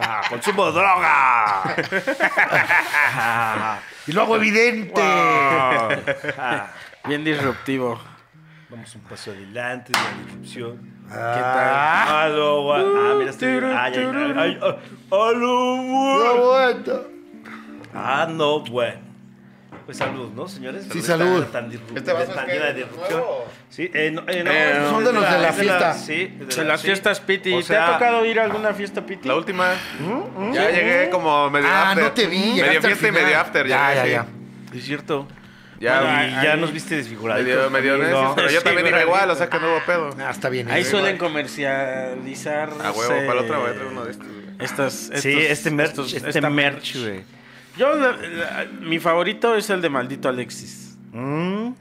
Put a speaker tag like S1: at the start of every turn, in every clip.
S1: Ah, consumo de droga. y lo hago evidente.
S2: Bien disruptivo.
S3: Vamos un paso adelante de la disrupción.
S1: Ah,
S3: Aló, gua- ah, mira, estoy. Ay, ay, ay, ay, ay. Aló,
S1: no
S3: bueno.
S1: aguanto.
S3: Ah, no, bueno. Pues salud, ¿no, señores?
S1: Sí,
S3: Esta-
S1: salud.
S3: Tan, disru-
S4: ¿Este vaso
S3: tan
S4: es
S3: llena
S4: qué?
S3: de disrupción.
S4: ¿Nuevo?
S3: Sí, eh, no, eh, no,
S4: Eh,
S3: es
S1: son de los de la fiesta.
S3: Sí, de
S2: De las
S3: sí.
S2: fiestas Piti.
S4: O
S2: ¿Te
S4: sea-
S2: ha tocado ir a alguna fiesta Piti?
S4: La última. Ya llegué como medio
S1: Ah,
S4: after.
S1: no te vi, llegaste
S4: Medio
S1: al
S4: fiesta y
S1: final.
S4: medio after.
S1: Ya, ya,
S4: llegué,
S1: ya.
S4: sí.
S2: Es cierto.
S4: Ya,
S2: Bueno,
S3: Y ya
S2: Ahí-
S3: nos viste desfiguraditos.
S4: Ah, medio, medio
S3: también,
S4: necio,
S3: ¿no?
S4: Pero yo
S3: Sí,
S4: también
S3: güey.
S4: iba igual, o sea que no hubo pedo.
S1: Ah, está bien.
S2: Ahí
S1: eso.
S2: suelen comercializar. eh,
S4: A huevo, para la otra voy a traer uno de estos. güey.
S2: Estas,
S3: Sí,
S2: estos-
S3: este merch,
S2: estos-
S3: este
S2: esta-
S3: merch, güey.
S2: Yo, la- la- mi favorito es el de Maldito Alexis. Me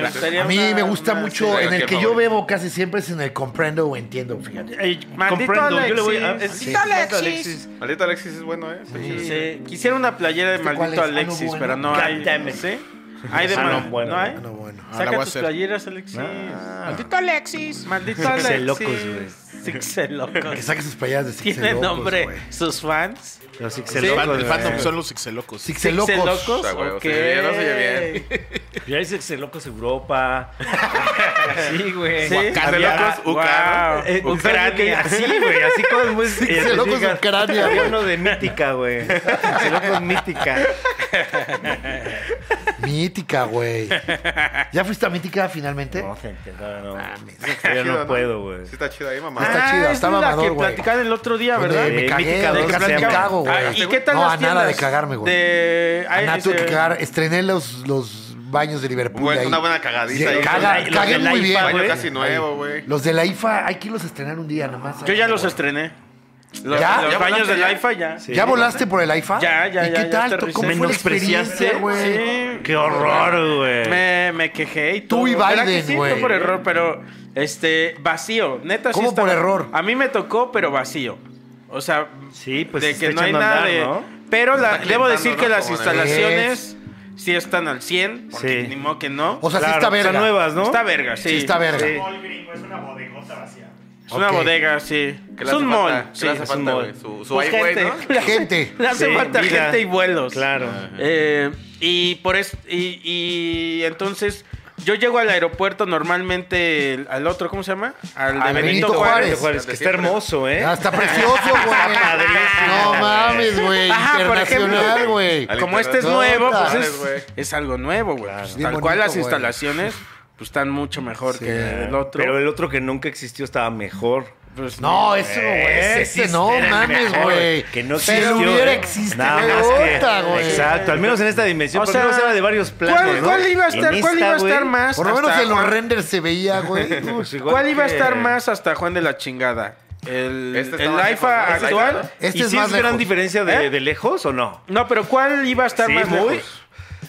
S2: gustaría
S1: A mí
S2: una-
S1: me gusta
S2: una-
S1: mucho, en
S4: sí,
S1: el
S4: cualquier
S1: que yo
S4: favorito.
S1: bebo casi siempre es en el comprendo o entiendo, fíjate.
S3: Eh,
S2: Maldito
S3: comprendo, yo le voy a... ah,
S2: Alexis.
S3: Sí.
S2: Maldito Alexis.
S4: Maldito Alexis es bueno, ¿eh? Sí.
S2: Sí, sí. Quisiera una playera de
S1: ¿Este cuál
S2: Maldito
S1: es? Ah, no,
S2: Alexis,
S1: bueno.
S2: pero no
S3: God
S2: hay.
S3: damn it.
S2: ¿Sí? Hay de
S3: Ah,
S2: mal-
S3: no, bueno,
S2: ¿No hay?
S1: Bueno, bueno.
S2: Saca
S5: la voy a
S2: tus
S5: hacer.
S2: playeras, Alexis.
S1: Ah.
S2: Maldito Alexis. Maldito Alexis.
S3: Sexelocos, güey.
S2: Sexelocos.
S1: Que saque sus playadas de
S2: Tiene
S1: Sixelocos,
S2: nombre
S1: güey.
S2: sus fans.
S3: Los
S5: El, fan-
S3: Ixelocos,
S5: el fandom son los xelocos.
S1: Sixelocos.
S2: Sexelocos.
S4: Está huevo,
S2: ok.
S4: se oye bien, no se oye
S3: Ya hay Ixelocos Europa. sí, güey.
S2: Sí.
S4: Xelocos, Uca,
S2: Wow.
S3: Eh,
S2: Ucrania.
S3: Ucrania. Así, güey. Así cosas muy.
S1: Ixelocos de Ucrania,
S3: Había
S1: güey.
S3: uno de Mítica, güey. Ixelocos Mítica.
S1: Mítica, güey. ¿Ya fuiste a Mítica finalmente?
S3: No, gente, no, no.
S4: Está
S3: Yo
S4: chido,
S3: no puedo, güey.
S4: Sí, está chido ahí, mamá.
S1: Está chido,
S2: Ah, es
S1: está
S2: la
S1: mamador,
S2: que
S1: güey.
S2: platicaban el otro día,
S1: Donde
S2: ¿verdad?
S1: me
S3: Eh,
S1: cagué,
S3: Mítica,
S1: donde
S3: ¿de qué
S1: casi me
S3: se llama?
S1: cago, güey.
S2: Ah, ¿Y qué tal
S1: no,
S2: las
S1: a nada de
S2: tiendas
S1: cagarme, güey.
S2: De...
S1: A
S2: ay,
S1: nada tuve
S2: dice-
S1: que cagar. Estrené los, los baños de
S4: Un
S1: Liverpool.
S4: buen-
S1: ahí.
S4: una buena cagadita.
S1: Sí,
S4: ahí,
S1: caga-
S4: güey.
S3: los
S1: cagué
S3: de la
S1: muy bien,
S3: IFA,
S1: güey.
S4: Baño casi nuevo, güey.
S1: Los de la IFA, hay que los estrenar un día nomás.
S2: Yo ya los estrené. Los,
S1: ¿Ya?
S2: los
S1: ¿Ya
S2: baños
S4: volaste
S2: del
S4: ya?
S2: IFA ya.
S3: Sí.
S1: ¿Ya volaste por el IFA?
S2: Ya, ya,
S1: ¿Y
S2: ya,
S1: qué
S2: ya
S1: tal?
S2: aterricé.
S1: ¿Cómo fue la
S3: Menospreciaste,
S1: experiencia, güey?
S2: Sí.
S3: Qué horror, güey.
S2: Me, me quejé y
S1: Tú
S2: todo.
S1: y
S2: ¿Verdad
S1: Biden,
S2: que sí?
S1: güey.
S2: Fue por error, pero este vacío, neta sí
S1: ¿Cómo
S2: estaba-
S1: por error?
S2: A mí me tocó, pero vacío. O sea,
S3: Sí, pues,
S2: de
S3: está
S2: que no hay
S3: echando a
S2: nada
S3: andar,
S2: de-
S3: ¿no?
S2: Pero la- debo
S4: calentando,
S2: decir que
S4: ¿no?
S2: las
S4: Como en
S1: el-
S2: instalaciones sí están al 100, porque
S3: Sí.
S2: ni modo que no. Pues
S1: O sea, sí
S3: Claro,
S1: está verga.
S3: Están nuevas, ¿no?
S2: Está verga, sí.
S1: Sí está verga.
S2: Sí. Es una
S1: Ok.
S2: bodega, sí.
S4: ¿Qué le
S2: Es un
S4: hace falta?
S2: mall.
S4: ¿Qué
S2: Sí,
S4: le hace
S2: es un
S4: falta,
S2: mall.
S4: güey? Su- su
S2: Pues
S4: ay, güey,
S2: gente.
S4: ¿no?
S2: Le hace-
S1: Gente.
S2: Le hace
S3: Sí,
S2: falta
S3: vida.
S2: gente y vuelos.
S3: Claro.
S2: Eh, y por eso, y, y entonces yo llego al aeropuerto normalmente el- al otro, ¿cómo se llama? Al de
S1: Al
S2: Benito,
S1: Benito
S2: Juárez.
S1: Juárez.
S3: Juárez, que está hermoso, ¿eh?
S1: Ah, está precioso, güey.
S3: padrísimo,
S1: No
S3: güey.
S1: mames, güey.
S2: Ajá, por ejemplo.
S1: Internacional, güey.
S4: Al
S2: Como este es
S1: internet.
S2: nuevo,
S1: Nota.
S2: pues
S4: Juárez, güey.
S2: es, es algo nuevo, güey. Pues
S1: Bien
S2: tal
S1: bonito,
S2: cual las
S1: güey.
S2: instalaciones pues están mucho mejor
S1: Sí.
S2: que el otro.
S3: Pero el otro que nunca existió estaba mejor.
S2: Pues,
S1: No, eso, güey.
S3: Ese
S1: Ese
S3: sí
S1: no
S3: era el
S1: mames,
S3: mejor,
S1: güey.
S3: Que no
S1: si
S3: existió.
S1: lo hubiera
S3: eh.
S1: existido,
S3: Nada más que-
S1: otra, güey.
S3: Exacto, al menos en esta dimensión.
S2: O
S3: porque
S2: sea,
S3: luego se habla de varios planos.
S2: ¿Cuál,
S3: ¿no?
S2: cuál iba a
S3: En
S2: estar, cuál
S3: esta,
S2: iba a estar
S3: güey,
S2: más?
S1: Por lo menos
S2: hasta
S1: en los
S2: Juan-
S1: renders se veía, güey.
S3: pues, igual
S2: ¿Cuál iba a
S3: que-
S2: estar más hasta Juan de la chingada? El,
S4: Este está
S2: el
S4: más
S2: IFA
S4: lejos, ¿no? El
S2: actual.
S4: IFA,
S1: Este
S3: ¿Y
S1: es
S3: sí
S1: más
S3: es gran
S1: lejos.
S3: diferencia de,
S2: ¿Eh?
S3: de lejos o no?
S2: No, pero ¿cuál iba a estar
S3: Sí,
S2: más
S3: muy.
S2: lejos?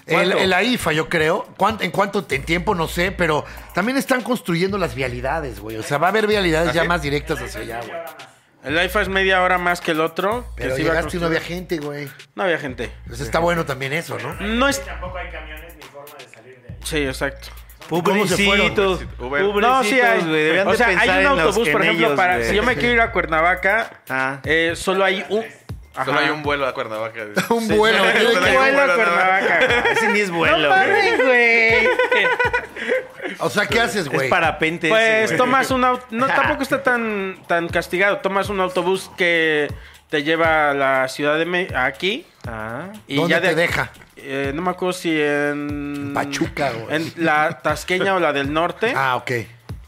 S1: El,
S3: ¿Cuándo?
S1: el AIFA, yo creo. ¿Cuán- ¿En cuánto en tiempo? No sé, pero también están construyendo las vialidades, güey. O sea, va a haber vialidades ya más directas hacia allá, güey.
S2: El IFA es media hora más que el otro. que
S1: Pero
S2: se iba a
S1: llegaste y no había
S2: construir.
S1: gente, güey.
S2: No había gente.
S1: Pues está bueno también eso, ¿no?
S2: No es... Tampoco hay camiones ni forma de salir de ahí. Sí, exacto.
S1: ¿Cómo se fueron?
S3: Pobrecitos.
S4: Uber.
S2: No, sí hay. o sea, hay un autobús, por ejemplo, para... Si yo me quiero ir a Cuernavaca,
S3: Ah.
S2: eh, solo hay un...
S4: Solo hay un vuelo a Cuernavaca.
S1: Un vuelo.
S4: sí,
S1: tiene
S4: sí,
S1: que-
S4: sí.
S2: vuelo a
S4: vuelo,
S2: Cuernavaca.
S3: Ese ni es
S2: No
S3: vuelo. güey.
S2: mames, güey.
S1: O sea, ¿qué haces,
S3: Es
S1: güey?
S3: parapente. ese,
S2: Pues
S3: güey.
S2: tomas un auto... No, tampoco está tan, tan castigado. Tomas un autobús que te lleva a la ciudad de... Me- Aquí.
S3: Ah.
S2: Y
S1: ¿Dónde
S2: ya de aquí-
S1: te deja?
S2: Eh, no me acuerdo si en...
S1: Pachuca, güey.
S2: En la tasqueña o la del norte.
S1: Ah, ok.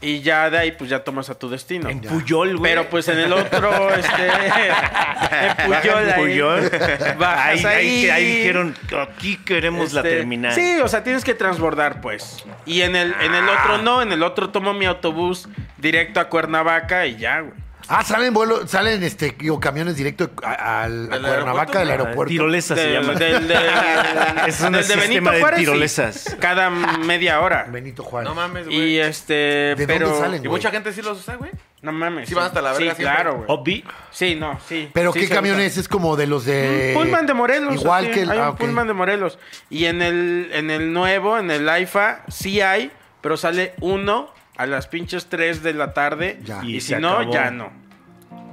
S2: Y ya de ahí, pues ya tomas a tu destino.
S1: En Ya.
S3: Puyol, güey.
S2: Pero pues en el otro, este... en Puyol.
S3: Bajas
S2: ahí.
S3: Puyol. Ahí,
S2: Bajas
S3: ahí,
S2: ahí.
S3: que- ahí dijeron, aquí queremos la
S2: Este,
S3: terminal.
S2: Sí, o sea, tienes que transbordar, pues. Y en el, en el
S3: Ah.
S2: otro no, en el otro tomo mi autobús directo a Cuernavaca y ya, güey.
S1: Ah, salen vuelo, salen este, digo, camiones directo a, al- a
S4: ¿Del
S1: Cuernavaca del aeropuerto.
S3: Tirolesa se
S2: Del-
S3: llama.
S2: del- del-
S3: Es un
S2: del de
S3: sistema
S2: Benito
S3: de
S2: Juárez, sí.
S3: tirolesas.
S2: Cada media hora.
S1: Benito Juárez.
S4: No mames,
S2: Y
S4: güey.
S2: este,
S1: dónde
S2: pero
S1: salen?
S4: Y mucha gente sí los usa, güey.
S2: no mames.
S4: Sí van hasta la verga
S2: Sí,
S4: siempre.
S2: claro, güey.
S3: Obvi.
S2: Sí, no, sí.
S1: Pero
S2: Sí
S1: qué
S2: se
S1: camión
S2: usa.
S1: es, es como de los de.
S2: Pullman de Morelos.
S1: Eh, Igual
S2: así,
S1: que el.
S2: hay un
S1: ah, ok.
S2: Pullman de Morelos. Y en el, en el nuevo, en el IFA, sí hay, pero sale uno a las pinches 3 de la tarde.
S1: Ya.
S2: Y,
S3: Y
S2: si
S3: se
S2: no,
S3: acabó.
S2: ya no.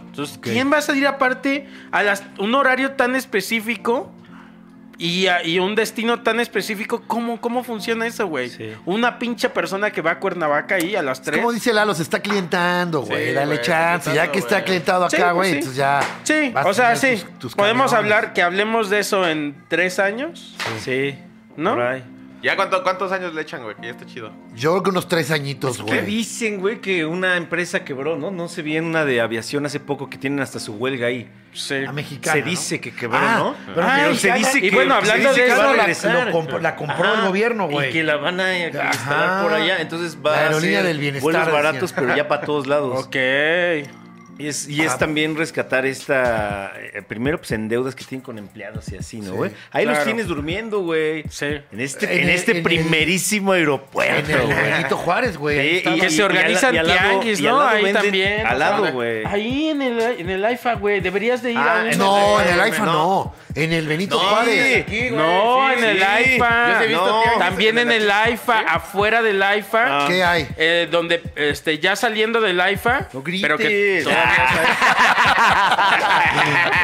S2: Entonces, ¿quién va a salir aparte a las, un horario tan específico y, a- y un destino tan específico? ¿Cómo, cómo funciona eso, güey?
S3: Sí.
S2: Una pinche persona que va a Cuernavaca ahí a las
S1: Es
S2: 3.
S1: como dice Lalo, se está clientando, güey. Dale
S4: güey,
S1: chance. Ya que está
S4: güey.
S1: clientado
S2: Sí,
S1: acá,
S2: pues
S1: güey,
S2: sí.
S1: entonces ya.
S2: Sí,
S1: vas
S2: o sea,
S1: a tener
S2: sí.
S1: tus- tus
S2: Podemos
S1: camiones.
S2: hablar, que hablemos de eso en tres años.
S3: Sí.
S2: ¿No?
S3: por ahí.
S4: ¿Ya cuánto- cuántos años le echan, güey? Que ya está chido.
S1: Yo creo que unos tres añitos,
S3: ¿Qué
S1: güey.
S3: dicen, güey? Que una empresa quebró, ¿no? No sé bien, una de aviación hace poco que tienen hasta su huelga ahí.
S2: Sí.
S1: La mexicana.
S3: se
S1: ¿no?
S3: dice que quebró,
S1: Ah,
S3: ¿no?
S1: pero
S2: Ay,
S3: se
S2: ya,
S3: dice
S2: ya.
S3: que
S2: Y bueno,
S3: se
S2: hablando
S3: dice
S2: de
S3: que
S2: eso,
S3: va a
S2: la-
S3: regresar.
S1: lo comp- la compró el gobierno, güey.
S3: Ah, Y que la van a instalar
S1: Ajá.
S3: por allá. Entonces va
S1: La aerolínea
S3: a ser
S1: del bienestar,
S3: vuelos
S1: decían.
S3: baratos, pero ya para todos lados.
S2: Ok.
S3: Y es, y es
S1: Ah.
S3: también rescatar esta. eh, primero, pues en deudas que tienen con empleados y así, ¿no,
S1: Sí.
S3: güey? Ahí los
S2: Claro.
S3: tienes durmiendo, güey.
S2: Sí.
S3: En este, en
S1: En el-
S3: este
S1: en el-
S3: primerísimo
S1: En
S3: aeropuerto,
S1: el
S3: güey.
S1: Benito Juárez, güey. ahí
S3: Sí,
S1: estaba.
S2: que se
S3: al-
S2: organizan
S3: y al lado-
S2: tianguis,
S3: y al
S2: ¿no?
S3: lado
S2: Ahí
S3: venden-
S2: también,
S3: Al
S2: o
S3: lado,
S4: sea,
S3: güey.
S2: Ahí en el, en el AIFA, güey. Deberías de ir
S3: Ah,
S2: a un-
S3: en
S1: No, en
S3: el-
S1: el iPhone
S3: no.
S1: no. En el Benito
S3: No,
S1: Juárez.
S3: sí.
S2: No, en el
S3: sí.
S2: AIFA.
S4: Yo sí he visto
S2: No.
S4: tianguis
S2: También en
S4: en el
S2: el AIFA, afuera del AIFA.
S3: Ah.
S1: ¿Qué hay?
S2: eh, donde este, ya saliendo del AIFA.
S3: No grites.
S2: Pero
S3: Ah,
S2: que todavía-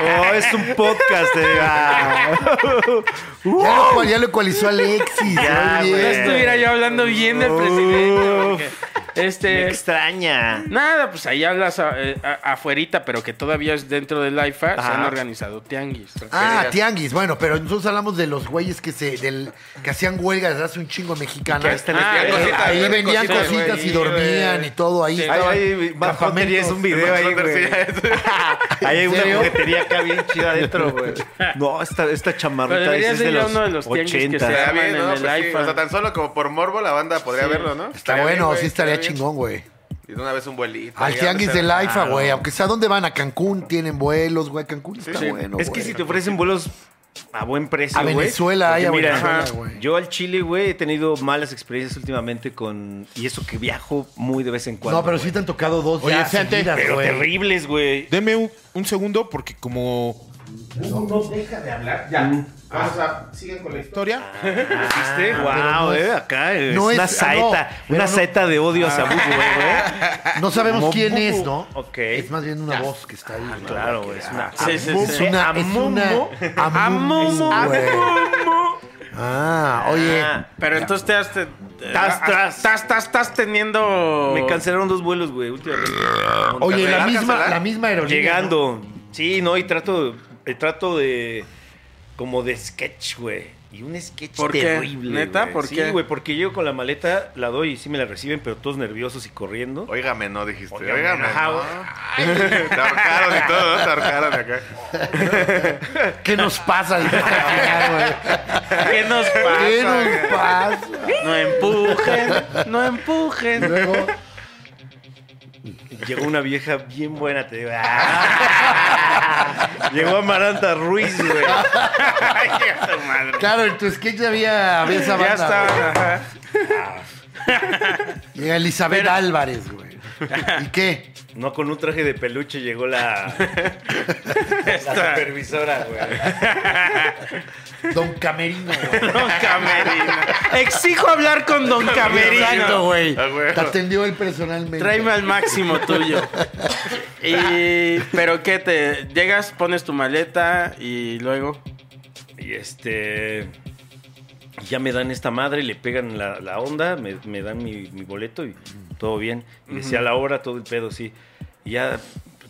S3: Oh, es un podcast. eh. Ah.
S1: Ya lo, cual- ya lo ecualizó Alexis.
S3: Ya,
S1: muy
S3: güey.
S2: no
S1: bien.
S2: estuviera yo hablando bien del presidente. porque,
S3: Me
S2: Este.
S3: extraña.
S2: Nada, pues ahí hablas a- eh, a- afuerita, pero que todavía es dentro del AIFA. Se
S3: Ajá.
S2: han organizado tianguis.
S1: Ah,
S4: Ferias.
S1: tianguis. Bueno, pero nosotros hablamos de los güeyes que se del, que hacían huelgas hace un chingo
S3: Que
S2: Ah,
S1: mexicanas.
S3: hasta les
S1: Eh,
S2: vendían
S4: cositas,
S1: ahí
S4: güey,
S1: vendían
S4: cositas,
S1: cositas y
S4: güey,
S1: dormían
S4: güey.
S1: y todo ahí.
S4: Sí.
S1: estaban
S3: Ahí
S1: campamentos.
S3: es un video ahí, güey. Ahí hay
S1: ¿En
S3: una
S1: serio?
S3: juguetería acá bien chida adentro, güey. No, esta, esta
S2: Pero
S3: chamarrita es,
S2: deberías
S3: de
S2: ir a
S3: los,
S2: uno de los tianguis que
S3: 80.
S2: sea.
S4: Está
S2: Llaman
S4: bien,
S2: en
S4: ¿no?
S2: el
S4: Pues sí,
S2: iPhone.
S4: O sea, tan solo como por morbo la banda podría
S2: Sí.
S4: verlo, ¿no?
S1: Está
S4: bien,
S1: bueno,
S4: güey,
S1: sí estaría
S4: bien.
S1: chingón, güey.
S4: Y de una vez un vuelito.
S1: Al
S4: ya,
S1: tianguis
S4: o sea,
S1: del AIFA, güey. Aunque sea dónde van, a Cancún tienen vuelos, güey. Cancún está
S4: sí.
S1: bueno,
S3: Es que
S1: güey.
S3: si te ofrecen vuelos a buen precio,
S1: A
S3: güey,
S1: Venezuela,
S3: porque
S1: ahí a
S3: mira,
S1: Venezuela,
S3: ajá,
S1: güey.
S3: Yo al Chile, güey, he tenido malas experiencias últimamente con... Y eso que viajo muy de vez en cuando.
S1: No, pero
S3: güey.
S1: sí te han tocado dos
S5: Oye,
S1: ya
S5: fíjate,
S1: seguidas,
S3: Pero
S1: güey.
S3: terribles, güey.
S5: Deme un, un segundo porque como
S4: Vamos a... Siguen con la historia.
S5: historia...
S3: ¿Viste?
S1: Ah, pero
S3: wow,
S1: no
S3: eh,
S1: es-
S3: acá eh,
S1: no
S3: es una
S1: es-
S3: saeta,
S1: no, pero
S3: una
S1: no- Ah.
S3: saeta de odio hacia Bubu, güey. ¿eh?
S1: No sabemos
S3: Como
S1: quién
S3: Bubu.
S1: es, ¿no?
S3: Ok. Ah,
S1: Es más bien una voz que está ahí. ¿no?
S3: Claro, güey, es una
S2: Sí, sí,
S1: Es
S2: sí.
S1: una,
S3: A
S1: es una,
S3: Momo.
S1: a Momo,
S2: Momo.
S1: güey. Ah, oye.
S3: Ah,
S2: Pero entonces te has... te- eh,
S3: Tras, tras.
S2: Estás, estás, estás teniendo...
S3: Me cancelaron dos vuelos, güey, últimamente.
S1: Oye, la
S4: Alcázar,
S1: misma,
S4: ¿verdad?
S1: la misma aerolínea.
S3: Llegando. Sí, no, y trato, eh, trato de. Como de sketch, güey. Y un sketch
S2: ¿Por qué?
S3: terrible.
S2: ¿Neta?
S3: güey.
S2: ¿Por
S3: sí,
S2: qué?
S3: güey, porque llego con la maleta, la doy y sí me la reciben, pero todos nerviosos y corriendo.
S4: Óigame, no, dijiste.
S3: Óigame,
S4: Óigame,
S3: ajá,
S4: no.
S3: güey.
S4: Te ahorcaron y todo, ¿no? Te ahorcaron acá.
S1: ¿no? ¿Qué nos pasa? Dice, al final,
S2: ¿Qué nos pasa?
S1: güey? ¿Qué nos pasa?
S2: No
S3: em,
S2: empujen, no empujen.
S1: Luego,
S3: Llegó una vieja bien buena, te digo. ¡ah! Llegó Amaranta Ruiz, güey.
S1: claro, en tu sketch ya había, había esa
S2: Ya
S1: banda.
S2: está. ajá.
S1: güey. Llega Elizabeth Álvarez, güey. ¿Y qué?
S3: No con un traje de peluche llegó la, la supervisora, güey.
S1: Don Camerino, güey.
S2: Don Camerino. Exijo hablar con Don Camerino.
S1: Exacto, güey.
S4: Ah, güey.
S1: Te atendió él personalmente.
S2: Tráeme al máximo tuyo. Y, pero qué te llegas, pones tu maleta y luego
S3: Y este. y Ya me dan esta madre, le pegan la, la onda, me, me dan mi, mi boleto y todo bien. Y decía la hora, todo el pedo, sí. Y ya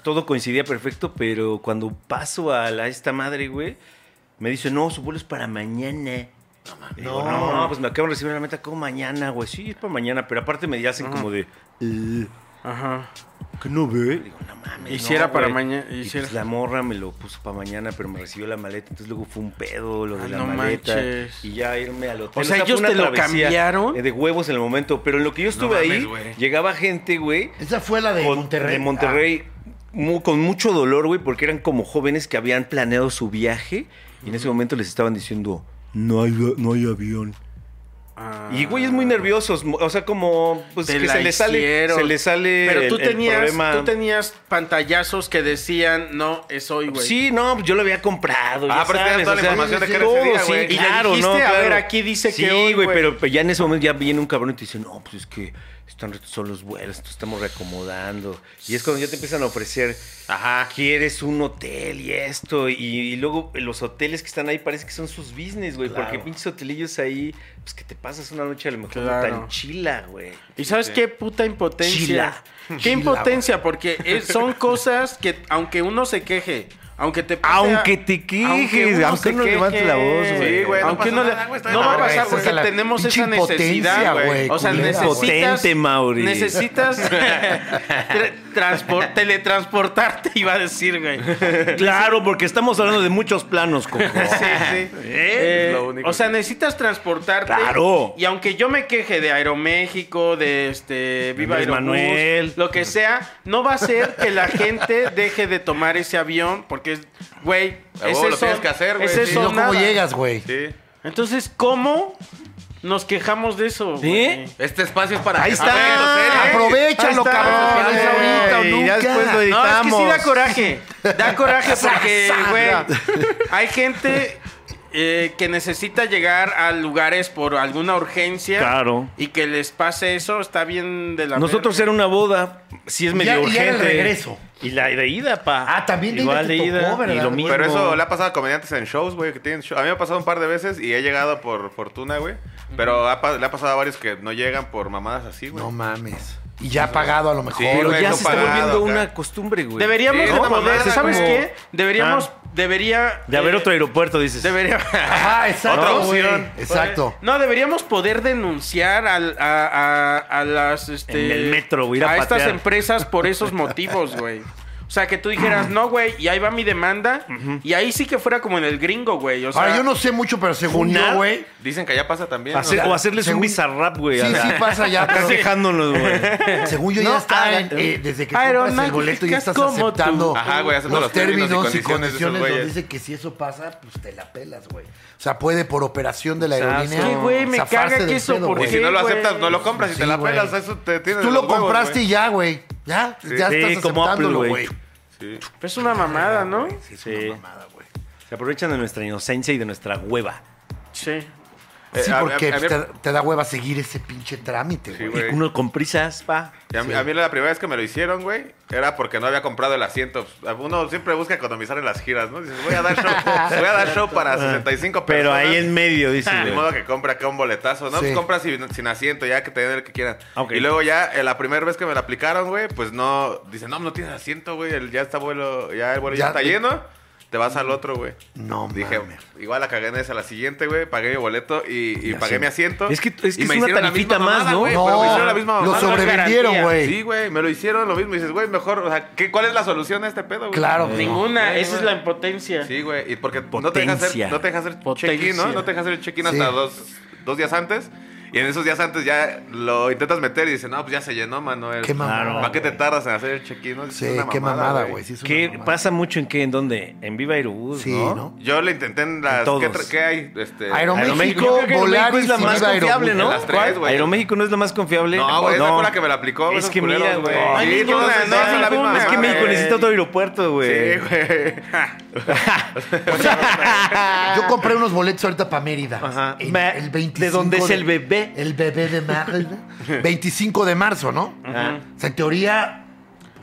S3: todo coincidía perfecto, pero cuando paso a la, esta madre, güey, me dice, no, su vuelo es para mañana. Y digo, No, no, pues me acabo de recibir la meta como mañana, güey. Sí, es para mañana, pero aparte me hacen como de, "Eh,
S2: Ajá.
S3: ¿qué no ve? Digo, no mames.
S2: Y si
S3: no,
S2: era para
S3: güey".
S2: maña- y
S3: Y
S2: si
S3: pues
S2: era-
S3: la morra me lo puso para mañana, pero me recibió la maleta. Entonces luego fue un pedo lo de
S2: Ah,
S3: la
S2: no
S3: maleta.
S2: manches.
S3: Y ya irme al hotel.
S2: O sea,
S3: fue
S2: ¿ellos
S3: una
S2: te lo
S3: travesía,
S2: cambiaron?
S3: eh, De huevos en el momento. Pero en lo que yo estuve
S4: mames,
S3: ahí,
S4: güey.
S3: llegaba gente, güey.
S1: Esa fue la de
S3: con-
S1: Monterrey. Ah.
S3: de Monterrey, mu- con mucho dolor, güey, porque eran como jóvenes que habían planeado su viaje. Y en ese momento les estaban diciendo, no hay, no hay avión. Y güey, es muy nerviosos, mo- o sea, como pues
S2: ah, Te
S3: que
S2: la
S3: se les sale,
S2: hicieron.
S3: se les sale
S2: Pero
S3: el-
S2: tú
S3: el
S2: tenías,
S3: problema.
S2: tú tenías pantallazos que decían, no, es hoy, güey.
S3: Sí, no,
S6: pues
S3: yo lo había comprado.
S4: Ah,
S3: ya
S4: pero tenías
S3: sabes,
S4: toda
S3: o
S4: la
S3: sea,
S4: información de que era
S3: todo,
S4: ese día,
S3: sí,
S4: güey. Y le
S3: claro,
S2: dijiste,
S3: no,
S2: a
S3: claro.
S2: ver, aquí dice que
S3: Sí,
S2: hoy,
S3: güey,
S2: güey.
S3: pero, pero ya en ese momento ya viene un cabrón y te dice, no, pues es que
S6: están re- son los vuelos, entonces estamos reacomodando. Y es cuando ya te empiezan a ofrecer, ajá, quieres un hotel y esto. Y, y luego eh, los hoteles que están ahí parece que son sus business, güey.
S2: Claro.
S6: Porque pinches hotelillos ahí, pues que te pasas una noche a lo mejor
S2: Claro.
S6: tan chila, güey.
S2: ¿Y sabes qué puta impotencia?
S1: Chila.
S2: Qué
S1: Chila,
S2: impotencia, porque es- son cosas que aunque uno se queje, aunque te pase
S3: Aunque
S2: a-
S3: te quejes,
S2: uno
S3: aunque
S2: se
S3: uno levante la voz, güey.
S4: Sí, güey, no
S2: aunque
S4: pasa
S2: uno le-
S4: nada, güey, está
S2: no
S4: bien.
S2: va a
S4: No,
S2: pasar
S4: güey,
S2: porque
S1: esa es la
S2: tenemos
S1: pinche
S2: esa necesidad,
S1: impotencia,
S2: güey.
S1: güey,
S2: O sea,
S1: culera.
S2: necesitas
S3: Impotente, Mauri.
S2: necesitas tra- transpor- teletransportarte iba a decir, güey.
S3: Claro, porque estamos hablando de muchos planos, Coco.
S2: Sí, sí.
S3: ¿Eh?
S2: Eh,
S4: Lo único.
S2: O sea, necesitas transportarte.
S3: Claro.
S2: Y aunque yo me queje de Aeroméxico, de este Viva
S3: Andrés
S2: Aerobús,
S3: Manuel.
S2: lo que sea, no va a ser que la gente deje de tomar ese avión porque es, güey,
S4: A
S2: es
S4: huevo, lo
S2: eso-
S4: tienes que hacer, güey,
S2: es
S4: sí.
S1: Si
S2: eso
S1: no, Ah, ¿cómo
S2: nada.
S1: llegas, güey?
S4: Sí.
S2: Entonces, ¿cómo nos quejamos de eso? güey?
S4: Este espacio es para...
S3: Ahí
S4: que
S3: está.
S4: aprendan
S1: Ah,
S4: a hacer, ¿eh?
S1: Aprovechalo,
S2: Ahí está.
S1: cabrón. Es ahorita o
S3: Ey, ya
S1: nunca.
S3: después lo
S2: No, es que sí da
S3: editamos.
S2: coraje. Da coraje porque,
S3: Sa, sa,
S2: güey, hay gente eh, que necesita llegar a lugares por alguna urgencia.
S3: Claro.
S2: Y que les pase eso, está bien de la
S6: Nosotros era una boda, sí es
S1: Y
S6: medio
S1: ya- y ya
S6: urgente.
S1: de regreso.
S6: Y la de ida, pa.
S1: Ah, también de ida
S6: Igual
S1: te tocó,
S6: Y
S1: ¿verdad,
S6: lo
S1: güey?
S6: mismo.
S4: Pero eso le ha pasado a comediantes en shows, güey, que tienen show. A mí me ha pasado un par de veces y he llegado por fortuna, güey. Pero ha pa- le ha pasado a varios que no llegan por mamadas así, güey.
S1: No mames. Y ya ha pagado a lo mejor.
S4: Sí,
S6: Pero
S4: güey,
S6: ya
S4: no
S6: se está
S4: pagado,
S6: volviendo
S4: acá.
S6: una costumbre, güey.
S2: Deberíamos
S4: Sí,
S2: de
S4: no,
S2: poder,
S4: mamada,
S2: ¿sabes
S4: como-
S2: qué? Deberíamos,
S6: Ah.
S2: debería...
S3: De haber
S2: eh,
S3: otro aeropuerto, dices.
S2: Debería...
S1: Ajá, exacto.
S4: Otra
S1: güey.
S4: opción.
S1: Exacto.
S2: No, deberíamos poder denunciar al- a, a- a las... Este,
S3: En el metro, güey, ir a
S2: a estas
S3: patear.
S2: empresas por esos motivos, güey. O sea, que tú dijeras, no, güey, y ahí va mi demanda. Y ahí sí que fuera como en el gringo, güey. O sea,
S1: Ahora, Ah, yo no sé mucho, pero según
S3: ¿Funar?
S1: yo, güey.
S4: Dicen que allá pasa también.
S3: Hacer-
S4: ¿no?
S3: o hacerles un
S1: según-
S3: bizarrap, güey.
S1: Sí,
S3: a la-
S1: sí pasa ya,
S3: Estás
S1: pero
S3: quejándonos, güey.
S1: según yo ya
S2: No,
S1: está
S2: aer-
S1: en- eh, desde que compras
S2: aeronáuticas
S1: el boleto ya estás
S2: como tú.
S1: aceptando
S4: Ajá, güey, aceptas
S1: los,
S4: los términos
S1: términos y
S4: y condiciones de esos
S1: condiciones donde
S4: güeyes.
S1: dice que si eso pasa, pues te la pelas, güey. O sea, puede por operación de la
S6: Exacto.
S1: aerolínea.
S2: Sí, güey, me
S1: zafarse
S2: caga
S1: del
S2: que eso,
S1: pedo,
S2: ¿por
S4: Y
S1: güey.
S4: si
S2: Sí,
S4: no lo
S2: güey.
S4: aceptas, no lo compras y
S1: Sí,
S4: te la
S1: güey.
S4: pelas. Eso te tienes
S1: Tú lo
S4: los huevos,
S1: compraste
S4: güey.
S1: y ya, güey. Ya, ya
S3: Sí,
S1: estás
S3: como Apple,
S1: aceptándolo,
S3: güey.
S1: güey.
S4: Sí.
S2: Es una mamada, ¿no?
S1: Sí, es
S6: Sí.
S1: una mamada, güey.
S6: Se aprovechan de nuestra inocencia y de nuestra hueva.
S2: Sí.
S4: Eh,
S1: Sí,
S4: a- a-
S1: porque
S4: a mí-
S1: te, te da hueva seguir ese pinche trámite,
S4: Sí,
S1: güey.
S4: güey.
S6: Uno con prisas, pa.
S4: Y a, mí, a mí la primera vez que me lo hicieron, güey, era porque no había comprado el asiento. Uno siempre busca economizar en las giras, ¿no? Dices, voy a dar show, voy a dar show para 65
S6: Pero
S4: personas.
S6: ahí en medio, dice.
S4: De modo que compra acá un boletazo, ¿no?
S1: Sí.
S4: Pues compra sin, sin asiento, ya que te den el que quieran.
S6: Ok.
S4: Y luego ya, eh, la primera vez que me la aplicaron, güey, pues no... Dicen, no, no tienes asiento, güey, el- ya está vuelo, ya el vuelo
S1: Ya-
S4: ya, está lleno. Te vas al otro, güey.
S1: No,
S4: Dije,
S1: mames.
S4: igual la cagué en esa, la siguiente, güey. Pagué mi boleto y, y pagué mi asiento.
S6: Es que- es que
S4: Y me
S6: es una
S4: hicieron la misma
S6: tarifita más,
S4: mamada,
S6: ¿no?
S4: güey, pero me hicieron la misma
S1: No, lo
S4: mamada.
S1: sobrevendieron,
S2: garantía.
S4: Sí,
S1: güey.
S4: güey, me lo hicieron lo mismo. Y dices, güey, mejor, o sea, ¿qué, ¿cuál es la solución a este pedo, güey?
S1: Claro, güey.
S2: Ninguna,
S4: Sí,
S2: esa es
S4: güey.
S2: la impotencia.
S4: Sí, güey, y porque no te deja
S6: Potencia.
S4: hacer, no te deja hacer check-in, ¿no?
S2: Potencia.
S4: No te deja hacer el check-in
S1: Sí.
S4: hasta dos, dos días antes. Y en esos días antes ya lo intentas meter y dices, no, pues ya se llenó, Manuel.
S1: Qué mamada,
S4: ¿Para qué te
S1: güey.
S4: tardas en hacer el check-in? No? Es
S1: Sí,
S4: una
S1: qué mamada, güey. Sí, es una
S6: ¿Qué
S1: mamada.
S6: pasa mucho en qué? ¿En dónde? En Viva Aerobús,
S1: Sí,
S6: ¿no?
S1: ¿no?
S4: Yo le intenté en
S6: En
S4: las... ¿qué,
S6: todos.
S4: tra- qué hay? Este,
S1: Aeroméxico,
S6: Yo creo que Aeroméxico
S1: Volaris
S6: es la
S1: y
S6: más
S1: Viva
S6: confiable,
S1: Aerobús.
S6: ¿no?
S4: Las tres,
S6: ¿Cuál?
S4: güey.
S6: Aeroméxico no es la más confiable.
S4: No, güey, esa
S6: No.
S4: fue la que me la aplicó.
S6: Es
S4: esos
S6: que
S4: culeros,
S6: mira, güey.
S2: Ay,
S4: Sí,
S2: niños, no,
S4: todas hacen la misma
S2: ninguna,
S4: mamada,
S6: Es que México
S4: güey.
S6: necesita otro aeropuerto, güey.
S4: Sí, güey.
S1: Yo compré unos boletos ahorita para Mérida.
S6: Ajá.
S1: El,
S6: Ma-
S1: el 25
S6: ¿de dónde es el bebé?
S1: El bebé de marzo. 25 de marzo, ¿no?
S6: Ajá.
S1: O sea, en teoría,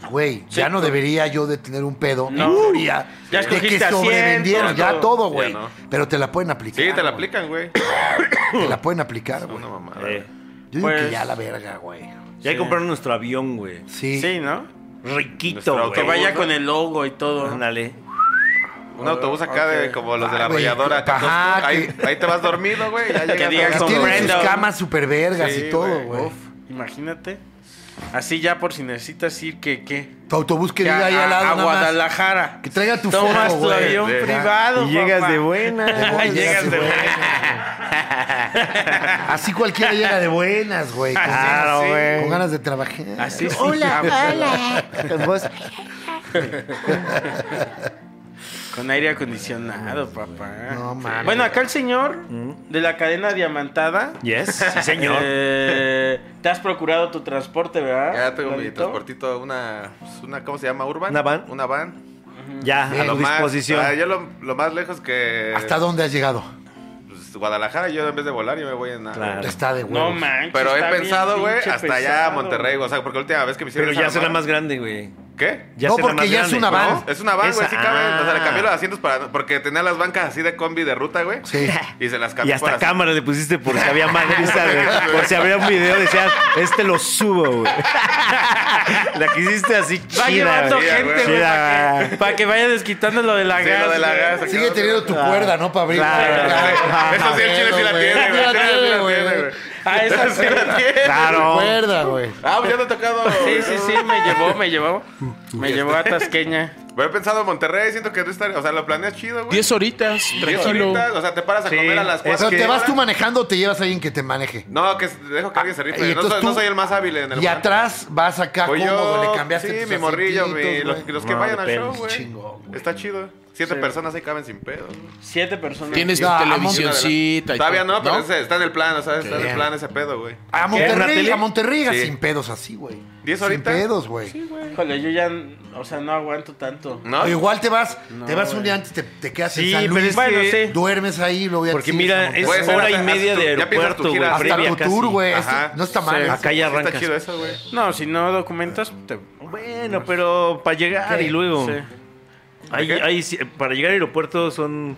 S1: pues, güey, ya no debería yo de tener un pedo.
S2: No.
S1: En teoría,
S2: Ya
S1: de que
S2: escogiste asiento,
S1: sobrevendieron ya
S2: todo.
S1: todo, güey.
S4: Ya no.
S1: Pero te la pueden aplicar.
S4: Sí, te la
S1: güey.
S4: aplican, güey.
S1: Te la pueden aplicar, güey.
S4: Una mamada.
S6: Eh,
S1: Yo digo
S2: Pues-
S1: que ya la verga, güey.
S6: Ya compraron nuestro avión, güey.
S1: Sí.
S2: Sí, ¿no?
S6: Riquito,
S4: Nuestro
S6: güey.
S2: Que
S4: autobús,
S2: vaya
S4: ¿no?
S2: con el logo y todo.
S6: Ándale.
S4: Un autobús acá de
S2: Ok.
S4: como los de la
S1: Ah, güey,
S4: arrolladora. acá,
S1: ajá,
S4: todos- ahí,
S1: que-
S4: ahí te vas dormido, güey. Ya llegas
S2: digan
S4: a-
S1: Ya
S2: Con
S1: tienen sus
S2: Brandon.
S1: camas super vergas
S4: Sí,
S1: y todo,
S4: güey.
S1: güey.
S4: Uf.
S2: Imagínate. Así ya por si necesitas ir que qué.
S1: Tu autobús que
S2: Que
S1: diga ahí al lado.
S2: a
S1: nada más.
S2: Guadalajara.
S1: Que traiga tu
S2: Tomas
S1: foto,
S2: tu
S1: güey.
S2: avión
S1: Ya.
S2: privado.
S6: Y llegas
S2: papá.
S6: de buena.
S1: De
S2: Llegas de
S1: buenas. Así cualquiera llega de buenas, güey. Con,
S2: Claro,
S1: ganas-
S2: güey.
S1: con ganas de trabajar.
S2: Así sí, Con aire acondicionado, papá.
S1: No mames.
S2: Bueno, acá el señor de la cadena diamantada.
S6: Yes, sí, señor.
S2: eh, te has procurado tu transporte, ¿verdad?
S4: Ya tengo mi
S2: Lalito?
S4: transportito, una, pues, una, ¿cómo se llama? ¿Urban?
S6: ¿Una van?
S4: Una van.
S6: Ya, a
S1: Bien.
S6: tu
S4: más,
S6: disposición.
S4: ah, yo lo, lo más lejos que...
S1: ¿Hasta dónde has llegado?
S4: pues, pues, Guadalajara, yo en vez de volar, yo me voy en nada.
S3: Claro.
S1: Está de huevos.
S2: No manches.
S4: Pero he
S2: está bien
S4: pensado, güey,
S2: pinche
S4: hasta allá a
S2: pesado.
S4: Monterrey, o sea, porque la última vez que me hicieron
S3: Pero ya
S4: esa
S3: será
S4: mamada-
S3: más grande, güey.
S4: ¿Qué?
S3: Ya
S1: No,
S3: será
S1: porque
S3: más
S1: ya es
S3: grande.
S1: una van.
S4: No, es una van, güey,
S3: Esa-
S4: sí cabe. O sea, le cambié los
S3: ah.
S4: asientos para. Porque tenía las bancas así de combi de ruta, güey.
S1: Sí.
S4: Y se las
S3: Y
S4: cambié
S3: hasta
S4: para-
S3: cámara le pusiste porque había madriza, güey. Por si había un video, decías, este lo subo, güey. La que hiciste así chida,
S2: Va llevando
S3: güey.
S4: chida,
S2: gente, güey.
S3: Chida,
S2: Para que, para que vaya desquitando lo de la
S4: Sí,
S2: gas.
S4: lo de la
S2: güey.
S4: gas.
S1: Sigue teniendo tu cuerda, ¿no? Para abrir.
S3: Claro,
S1: Claro.
S4: Eso sí, el chile sí la
S1: güey.
S4: tiene, güey.
S1: Sí
S4: El chile sí la tiene, güey.
S1: güey.
S2: Ah, esa sí.
S1: Tu
S3: Claro.
S1: cuerda, güey.
S4: Ah, pues ya te he tocado.
S2: Sí, sí, sí, me llevó, me llevó. Me llevó a Tasqueña.
S4: Pero he pensado en Monterrey, siento que no estaría. O sea, lo planeas chido, güey.
S5: 10 horitas,
S4: Diez
S5: tranquilo.
S4: horitas, O sea, te paras a
S3: Sí,
S4: comer a las
S3: es
S4: cuatro.
S1: Pero
S3: que-
S1: te vas tú manejando o te llevas a alguien que te maneje.
S4: No, que s- dejo que alguien se
S1: Ah, y
S4: rife. No
S1: entonces
S4: soy, no
S1: tú-
S4: soy el más hábil en el
S1: Y atrás vas acá
S4: Voy
S1: cómodo,
S4: yo,
S1: le cambiaste
S4: sí,
S1: tus
S4: mi morrillo, mi,
S1: asientitos,
S4: los,
S1: güey.
S4: los que
S3: No,
S4: vayan al
S3: depende.
S4: show, güey.
S1: Chingón, güey.
S4: Está chido. Siete personas ahí caben sin pedo.
S2: Siete personas.
S5: Tienes
S1: No,
S5: tu
S1: a
S5: televisioncita. y
S4: Todavía
S5: todo,
S4: no, pero ese- está en el plan, o sea, está en el
S1: bien.
S4: plan ese pedo, güey.
S1: A
S3: ¿Una
S1: Monterrey,
S3: tele?
S1: a Monterrey llega
S4: Sí.
S1: sin pedos así, güey.
S4: ¿Diez
S1: Sin
S4: ahorita?
S1: pedos, güey.
S2: Híjole, yo ya, o sea, no aguanto tanto.
S4: ¿No?
S1: O igual te vas, te vas un
S2: güey.
S1: día antes, te, te quedas
S3: Sí,
S1: en San Luis,
S3: pero es
S2: Bueno,
S3: que-
S2: sí.
S1: duermes ahí, lo voy a
S3: Porque mira, es
S4: Puede ser
S3: hora
S4: hasta-
S3: y media
S4: hasta
S3: de
S4: tu- ya piensas tu
S3: aeropuerto, güey.
S4: gira.
S1: hasta
S3: previa
S1: tu tour,
S3: casi.
S1: güey.
S4: Ajá.
S1: Este- No está mal.
S2: Sí.
S1: eso.
S3: Acá ya
S4: Sí Está
S3: arrancas.
S4: chido eso, güey.
S2: No, si no documentas, te...
S3: Bueno, pero para llegar y luego.
S2: Sí.
S3: Hay- hay- sí, para llegar al aeropuerto son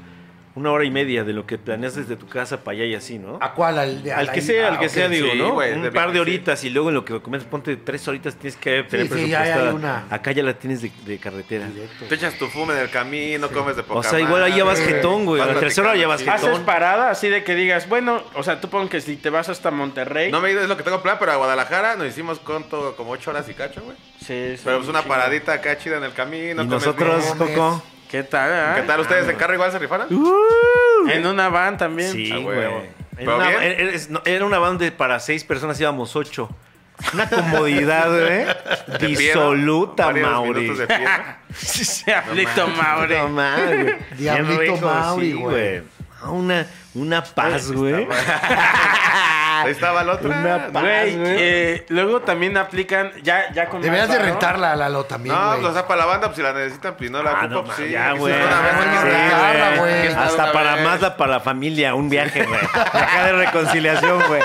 S3: una hora y media de lo que planeas desde tu casa para allá y así, ¿no?
S1: ¿A cuál? Al, al-
S3: Al que
S1: ahí?
S3: sea,
S1: Ah,
S3: al que
S1: ok.
S3: sea,
S4: sí,
S3: digo, ¿no?
S4: güey,
S3: un
S4: de
S3: par
S4: viaje,
S3: de horitas y luego en lo que comes, ponte tres horitas, tienes que tener
S1: Sí, sí, ya hay
S3: presupuestada
S1: una.
S3: Acá ya la tienes de, de carretera.
S4: Te echas tu fume en el camino, comes de poca
S3: O sea, igual ahí ya vas
S4: madre,
S3: jetón, güey. A
S4: vas
S3: la tercera hora ya vas
S4: platicando,
S3: jetón.
S2: Haces parada así de que digas, bueno, o sea, tú pon que si te vas hasta Monterrey.
S4: sí. No me he ido, es lo que tengo plan, pero a Guadalajara nos hicimos conto como ocho horas y cacho, güey.
S2: Sí, sí,
S4: Pero pues una
S2: chingo.
S4: paradita acá chida en el camino.
S3: y
S4: comes
S3: nosotros, Uh,
S4: bien.
S3: Coco.
S2: ¿Qué tal? ah?
S4: ¿Qué tal? ¿Ustedes en carro igual se rifaron?
S2: En una van también.
S3: Sí,
S4: Ah,
S3: güey.
S4: huevo.
S3: Era
S4: ¿Pero
S3: una,
S4: bien?
S3: era- es- no, era una banda de- para seis personas, íbamos ocho. Una comodidad, güey.
S4: De pie, ¿no?
S3: Disoluta,
S4: Varios
S3: Mauri.
S4: minutos de pie, ¿no?
S2: Sí, sí, Diablito Maure.
S3: No mames, güey. Bien
S1: Diablito
S3: rico,
S1: Mauri,
S3: sí,
S1: güey.
S3: Ah, Una, una paz, güey.
S4: Ahí estaba la otra.
S3: Una
S4: No, pues,
S3: pa-
S2: Güey,
S3: güey.
S2: eh, luego también aplican, ya, ya con
S1: Deberías de
S2: más varo.
S1: rentarla, Lalo, también,
S4: No,
S1: güey.
S4: pues, o sea, para la banda, pues si la necesitan, pues no la
S3: Ah,
S4: ocupa,
S3: no,
S4: pues
S3: mames,
S4: sí.
S3: ya,
S4: Aquí
S3: güey.
S4: está una vez,
S1: hay que
S3: Sí,
S1: rentarla,
S3: güey.
S1: güey.
S4: Aquí está
S3: Hasta
S4: una
S3: para
S4: vez.
S3: más, para la familia, un viaje, güey. Acá de reconciliación, güey.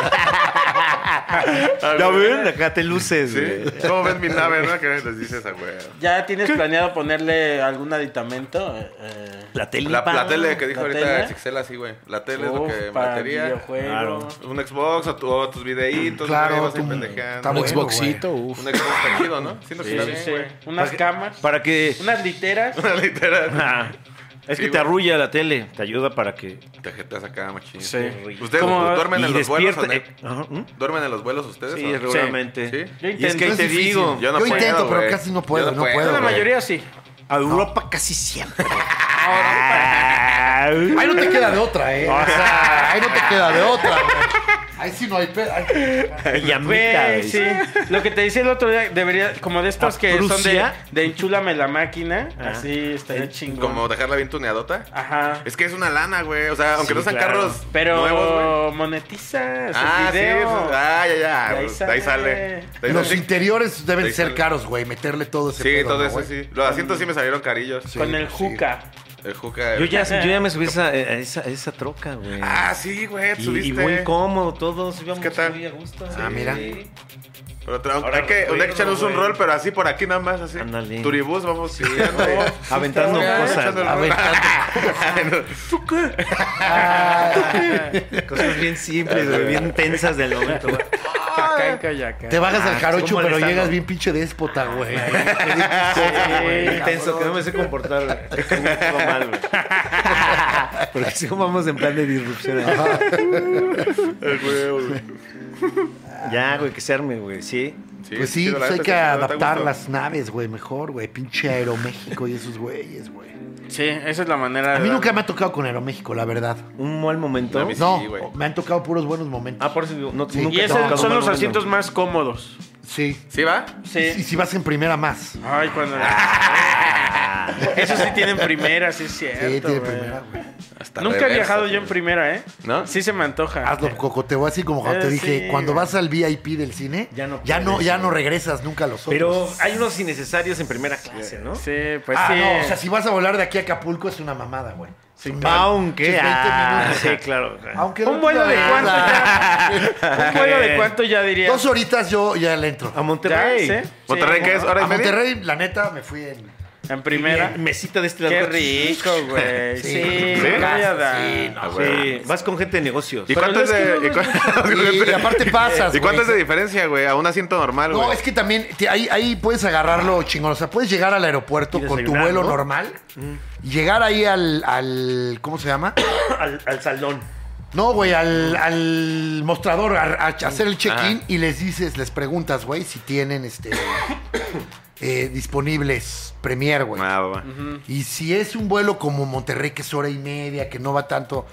S3: Ya ven, acá te luces, güey.
S4: Sí. ¿Cómo ven mi nave, no? Que les dices esa güey.
S2: ¿Ya tienes planeado ponerle algún aditamento? Eh, eh,
S3: La tele.
S4: La, la
S3: pa.
S4: tele que dijo
S2: La
S4: ahorita
S2: tele.
S4: el Sixela, sí, güey. La tele es lo
S2: uf,
S4: que
S2: para
S4: batería.
S2: videojuegos.
S4: Un Xbox o, tu- o tus videitos.
S1: Claro,
S4: güey, vas ahí
S1: tu-
S4: pendejando.
S1: está
S5: Un
S1: bueno,
S5: Xboxito, uf.
S4: Un Xbox está chido, ¿no? Siento que
S2: Sí,
S4: está
S2: sí,
S4: bien,
S2: sí.
S4: güey.
S2: Unas camas,
S3: Para que.
S2: unas literas.
S4: Literal.
S3: Ah, es
S4: Sí,
S3: que te
S4: güey.
S3: arrulla la tele, te ayuda para que.
S4: Te jeteas acá, machín.
S2: Sí.
S4: ¿Ustedes
S2: Como-
S4: duermen
S3: y
S4: en los vuelos? o
S3: despierta.
S4: no?
S3: eh, ajá, ¿m?
S4: ¿Duermen en los vuelos ustedes? o
S3: Sí,
S4: no?
S3: regularmente.
S4: Sí.
S2: Yo
S3: Y es que
S2: intento.
S3: ahí te
S1: Es difícil.
S3: digo,
S1: Yo
S4: puedo,
S1: intento, pero
S4: güey.
S1: casi no puedo,
S4: Yo
S1: no puedo,
S2: la
S1: güey.
S2: mayoría sí.
S3: a Europa casi siempre.
S2: Ah.
S1: Ahí no te queda de otra, ¿eh? O sea, ahí no te queda de otra, güey. Ahí sí no hay pedo. Ay,
S3: Y a mitad,
S2: Güey, sí. Lo que te decía el otro día, debería, como de estos
S3: ¿A
S2: que son de,
S3: Prusia?
S2: de enchúlame la máquina, así estaría chingón.
S4: Como dejarla bien tuneadota.
S2: Ajá.
S4: Es que es una lana, güey. O sea, aunque
S3: Sí,
S4: no sean
S3: claro.
S4: carros
S2: Pero
S4: nuevos, güey.
S2: monetiza sus
S4: Ah, sí.
S2: videos.
S4: eso- Ah, ya, ya.
S2: De ahí
S4: De ahí sale. De ahí
S2: sale.
S4: sale.
S1: Los
S4: sí,
S1: interiores deben
S4: Sí,
S1: ser
S4: sale.
S1: caros, güey. Meterle todo ese pedo,
S4: todo
S1: ¿no,
S4: eso
S1: güey?
S4: sí. Los asientos sí me salieron carillos.
S2: con el
S1: sí.
S2: juca.
S4: El juca.
S3: Yo ya, yo ya me subí a esa, a esa, a esa troca, güey.
S4: Ah, sí, güey.
S3: Y-
S4: te
S3: y,
S4: Subiste.
S3: muy cómodo, todos íbamos
S4: ¿Qué tal?
S3: muy a gusto.
S1: Ah, mira.
S4: Pero tra-
S3: Ahora
S4: hay que,
S3: recuerdo,
S4: hay que echarnos un
S3: güey.
S4: rol, pero así por aquí nada más, así.
S3: Ándale.
S4: Turibús, vamos siguiendo ahí.
S3: Aventando
S4: Echando el
S3: cosas.
S4: rol.
S3: Cosas bien simples, güey, bien tensas del momento. güey.
S2: Caca, caca.
S1: Te bajas al
S3: Ah,
S1: jarocho,
S3: estuvo
S1: pero
S3: molestando.
S1: llegas bien pinche déspota, güey.
S2: Ah,
S3: Bien tenso, que no me sé comportar. güey. Estoy muy mal, güey. Porque si vamos en plan de disrupción. ¿eh?
S2: Eh,
S4: El huevo, güey.
S3: Ya, güey, que se arme, güey, sí.
S4: Sí,
S1: Pues sí,
S4: chido, la
S1: pues hay
S4: neta,
S1: que
S4: sí, la neta,
S1: adaptar
S4: gusto.
S1: las naves, güey, mejor, güey. Pinche Aeroméxico y esos güeyes, güey.
S2: Sí, esa es la manera
S1: A mí
S2: de-
S1: nunca me ha tocado con Aeroméxico, la verdad.
S3: Un mal momento.
S4: A mí sí,
S1: No,
S4: güey.
S1: me han tocado puros buenos momentos.
S3: Ah, por eso digo, no,
S1: Sí.
S3: nunca
S2: Y
S3: he
S2: esos
S3: tocado un
S2: son
S3: mal
S2: los
S3: momento.
S2: asientos más cómodos.
S1: Sí.
S4: ¿Sí va?
S1: Y si vas en primera más.
S2: Ay, cuando. Eso sí tienen primera, sí es cierto.
S1: Sí, tiene
S2: güey.
S1: primera, güey.
S4: Hasta
S2: Nunca he
S4: reversa,
S2: viajado yo
S4: güey.
S2: en primera, ¿eh?
S4: ¿No?
S2: Sí se me antoja.
S1: Hazlo cocoteo, así como cuando
S2: Eh,
S1: te dije,
S2: sí,
S1: cuando
S2: güey.
S1: vas al VIP del cine,
S6: Ya no
S1: ya no,
S6: puedes,
S1: ya
S6: güey.
S1: no regresas nunca a los otros.
S6: Pero hay unos innecesarios en primera clase, ¿no?
S2: Sí, pues
S1: ah,
S2: sí.
S1: no, o sea, si vas a volar de aquí a Acapulco es una mamada, güey.
S2: Sí,
S1: Son
S2: claro.
S1: veinte-
S3: Aunque.
S1: veinte
S3: ah,
S1: minutos.
S3: sí, claro.
S1: Aunque
S2: ¿Un
S1: no
S2: vuelo
S1: te
S2: de
S1: la
S2: cuánto
S1: verdad.
S2: Un vuelo de cuánto ya diría.
S1: Dos horitas yo ya le entro.
S3: A
S2: ¿Ya?
S3: Monterrey.
S2: ¿Sí?
S4: ¿Monterrey
S2: Sí.
S4: qué es? ¿Hora
S1: A
S4: y media?
S1: Monterrey, la neta, me fui en...
S2: En primera.
S3: Mesita de este lado.
S2: Qué rico, güey.
S1: Sí.
S2: Sí,
S1: Sí.
S2: me voy a
S1: Sí,
S2: dar.
S1: no,
S4: Ah, güey.
S3: Sí, vas con gente de negocios.
S4: ¿Y cuánto es de...? eh? y cu-
S1: Y, aparte pasas,
S4: ¿Y cuánto
S1: güey.
S4: es de diferencia, güey? A un asiento normal, güey.
S1: No, es que también te- ahí, ahí puedes agarrarlo chingón. O sea, puedes llegar al aeropuerto
S3: Y
S1: con tu
S3: desayunar,
S1: vuelo
S3: ¿no?
S1: normal y llegar ahí al, al- ¿Cómo se llama?
S3: Al, al salón.
S1: No, güey, al, al mostrador, a, a hacer el check-in y les dices, les preguntas, güey, si tienen este eh, disponibles Premier, güey.
S4: Ah, va, va.
S1: Y si es un vuelo como Monterrey, que es hora y media, que no va tanto,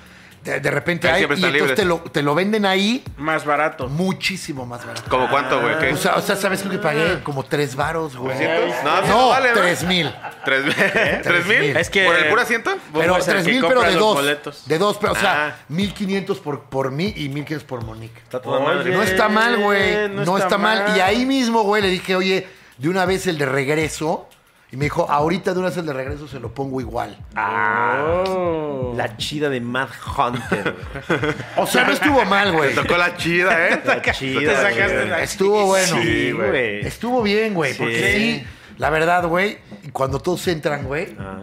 S1: de, de repente
S4: Ahí
S1: hay, y
S4: siempre están
S1: entonces te lo,
S4: libres.
S1: te lo venden ahí
S2: Más barato.
S1: muchísimo más barato.
S4: ¿Como cuánto,
S2: Ah.
S4: güey? ¿Qué?
S1: O sea, o sea, ¿sabes lo que pagué? Como tres varos, güey.
S4: ¿900? No,
S1: No,
S4: pues no vale, ¿no?
S1: tres mil.
S4: ¿Tres
S1: ¿eh?
S4: mil? ¿Tres mil?
S2: Es que-
S4: ¿Por el puro asiento?
S2: Vos
S1: Pero
S2: eres el
S1: tres
S2: que
S1: mil, pero
S2: compra
S1: de
S2: los
S1: dos.
S2: boletos.
S1: De dos, pero, o
S4: Ah.
S1: sea, mil quinientos por, por mí y mil quinientos por Monique.
S3: Está toda
S2: Oye.
S3: madre.
S1: No está mal, güey. No,
S2: no
S1: está,
S2: está
S1: mal.
S2: mal.
S1: Y ahí mismo, güey, le dije, oye, de una vez el de regreso. Y me dijo, ahorita de una vez el de regreso se lo pongo igual.
S2: Oh.
S3: La chida de Mad Hunter. güey.
S1: O sea, no estuvo mal, güey.
S4: Tocó la chida, ¿eh?
S3: La chida.
S2: Te sacaste
S3: güey.
S2: la-
S1: Estuvo bueno.
S3: Sí,
S4: güey.
S3: güey.
S1: Estuvo bien, güey.
S3: Sí.
S1: Porque sí, la verdad, güey, y cuando todos entran, güey,
S3: Ah,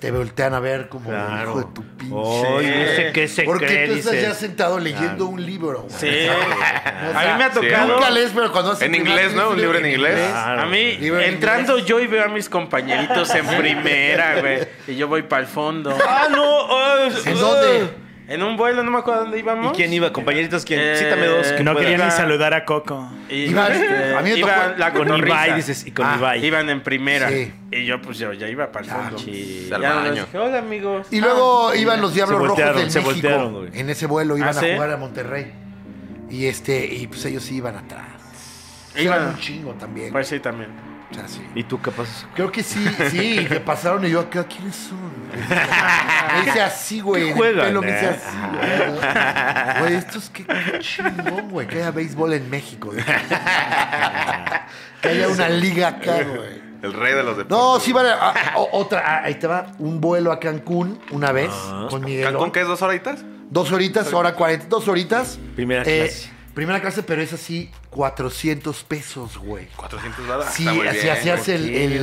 S1: te voltean a ver como
S3: claro.
S1: hijo de tu pinche.
S3: Oye, ese que se
S1: Porque
S3: cree,
S1: tú estás
S3: dices.
S1: ya sentado leyendo un libro, güey.
S2: Sí.
S1: O sea,
S2: A mí me ha tocado.
S1: Nunca lees, pero cuando haces
S4: En
S1: primaria,
S4: inglés, ¿no?
S1: lees
S4: Un libro en inglés.
S2: A mí,
S1: Libro en
S2: entrando yo y veo a mis compañeritos en primera, güey. Y yo voy para el fondo.
S3: Ah, no. ah,
S1: ¿En
S3: ah.
S1: dónde?
S2: En un vuelo, no me acuerdo dónde
S3: ¿Y
S2: íbamos.
S3: quién iba? Compañeritos, ¿quién?
S2: Eh,
S3: Cítame dos.
S2: que
S7: Que no
S2: pueda.
S7: quería ni
S2: Iba-
S7: saludar a Coco.
S2: Y,
S1: Iban-
S2: este,
S1: a mí me
S2: iba
S1: tocó-
S2: la
S3: Con
S2: cotorriza.
S3: Ibai, dices. Y con
S1: Ah,
S3: Ibai.
S2: Iban en primera.
S1: Sí.
S2: Y yo, pues yo ya iba para el fondo.
S3: Sí.
S4: Al
S2: Ya no les
S4: baño.
S2: dije, hola, amigos.
S1: Y luego iban los Diablos
S3: Se
S1: Rojos del
S3: voltearon,
S1: México.
S3: se voltearon, güey.
S1: en ese vuelo iban
S2: ¿Ah,
S1: a
S2: sí?
S1: jugar a Monterrey. Y este, y pues ellos sí iban atrás.
S2: Iban-
S1: Iban un chingo también.
S2: Pues sí, también.
S1: O sea, sí.
S3: ¿Y tú qué pasas?
S1: Creo que sí, sí, que pasaron y yo acá, ¿quiénes son? Me dice así, güey. en el
S3: juegan,
S1: pelo me dice
S3: eh?
S1: así, güey. Güey, estos qué, qué chingón, güey, que haya béisbol en México. güey. que haya una liga acá, güey.
S4: El rey de los deportes.
S1: No, sí, vale. a- a- o- otra, a- ahí te va. Un vuelo a Cancún una vez con Miguel.
S4: ¿Cancún qué es? ¿Dos horitas?
S1: Dos horitas, hora cuarenta, dos horitas. Eh,
S3: Primera clase.
S1: Primera clase, pero es así, 400 pesos, güey.
S4: 400 balas.
S1: Sí, así hacías el, el,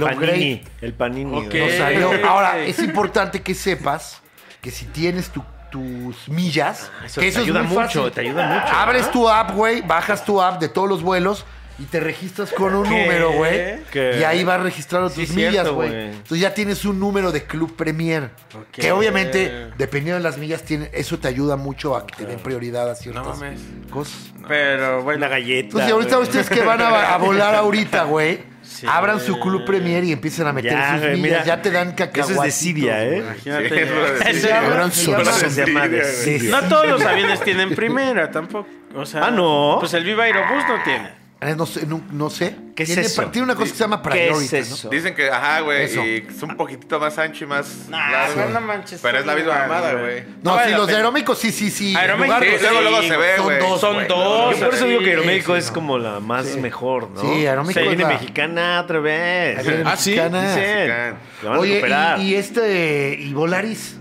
S3: panini.
S1: upgrade.
S3: El panini.
S2: Ok.
S3: güey.
S1: O sea,
S2: Ey.
S1: yo- ahora, es importante que sepas que si tienes tu- tus millas,
S3: Ah, Eso
S1: que
S3: te
S1: eso
S3: ayuda
S1: es muy
S3: mucho,
S1: fácil.
S3: te ayuda mucho,
S1: Abres tu app, güey, bajas tu app de todos los vuelos y te registras con un
S2: ¿Qué?
S1: número, güey.
S3: ¿Qué?
S1: Y ahí vas registrando
S3: Sí,
S1: tus
S3: cierto,
S1: millas, güey.
S3: güey.
S1: Entonces ya tienes un número de Club Premier. Que obviamente, dependiendo de las millas, tiene, eso te ayuda mucho a que te den prioridad a ciertas
S4: No mames.
S1: cosas.
S2: Pero bueno.
S3: Una galleta.
S1: Entonces, Pues ahorita
S3: güey.
S1: ustedes que van a, a volar ahorita, güey, abran su club Premier y empiecen a meter
S3: Ya,
S1: sus
S3: güey,
S1: millas.
S3: mira.
S1: ya te dan cacahuatitos.
S3: Eso es desidia, ¿eh?
S2: Imagínate.
S4: Sí, es lo de-
S2: Eso-
S1: Abran su
S3: Eso
S1: millas.
S3: se llama
S4: Envidia, güey.
S3: desidia.
S2: No todos los aviones tienen primera tampoco. O sea,
S3: Ah, ¿no?
S2: Pues el Viva Aerobús no tiene.
S1: Eh, No sé, no, no sé.
S3: ¿Qué es
S1: tiene,
S3: eso?
S1: pa- tiene una cosa que se llama
S3: ¿Qué
S1: priority,
S3: es eso?
S4: Dicen que, ajá, güey,
S1: Eso.
S4: y es un poquitito más ancho y más
S2: Nah,
S4: largo.
S2: no manches.
S4: Pero es la misma mamada, güey.
S1: ¿no? No,
S2: vale
S1: sí,
S2: la
S1: los de
S2: pena.
S1: aeromédicos sí, sí, sí.
S2: Aeroméxico,
S1: Lugar-
S4: Sí,
S2: Claro,
S4: luego,
S2: sí,
S4: luego se ve,
S1: son
S4: güey.
S1: dos,
S2: Son
S1: güey.
S2: dos.
S3: Yo por eso digo que
S1: Sí,
S3: Aeroméxico
S1: sí,
S3: es
S1: no.
S3: como la más mejor, ¿no?
S1: Sí,
S3: Se
S1: Aeroméxico es
S3: viene
S1: la-
S3: mexicana otra vez.
S1: Ayer en
S5: Ah, sí,
S1: Mexicana.
S3: Dicen.
S4: mexicana.
S3: Lo van a
S1: Oye,
S3: recuperar.
S1: y, y este, y Volaris.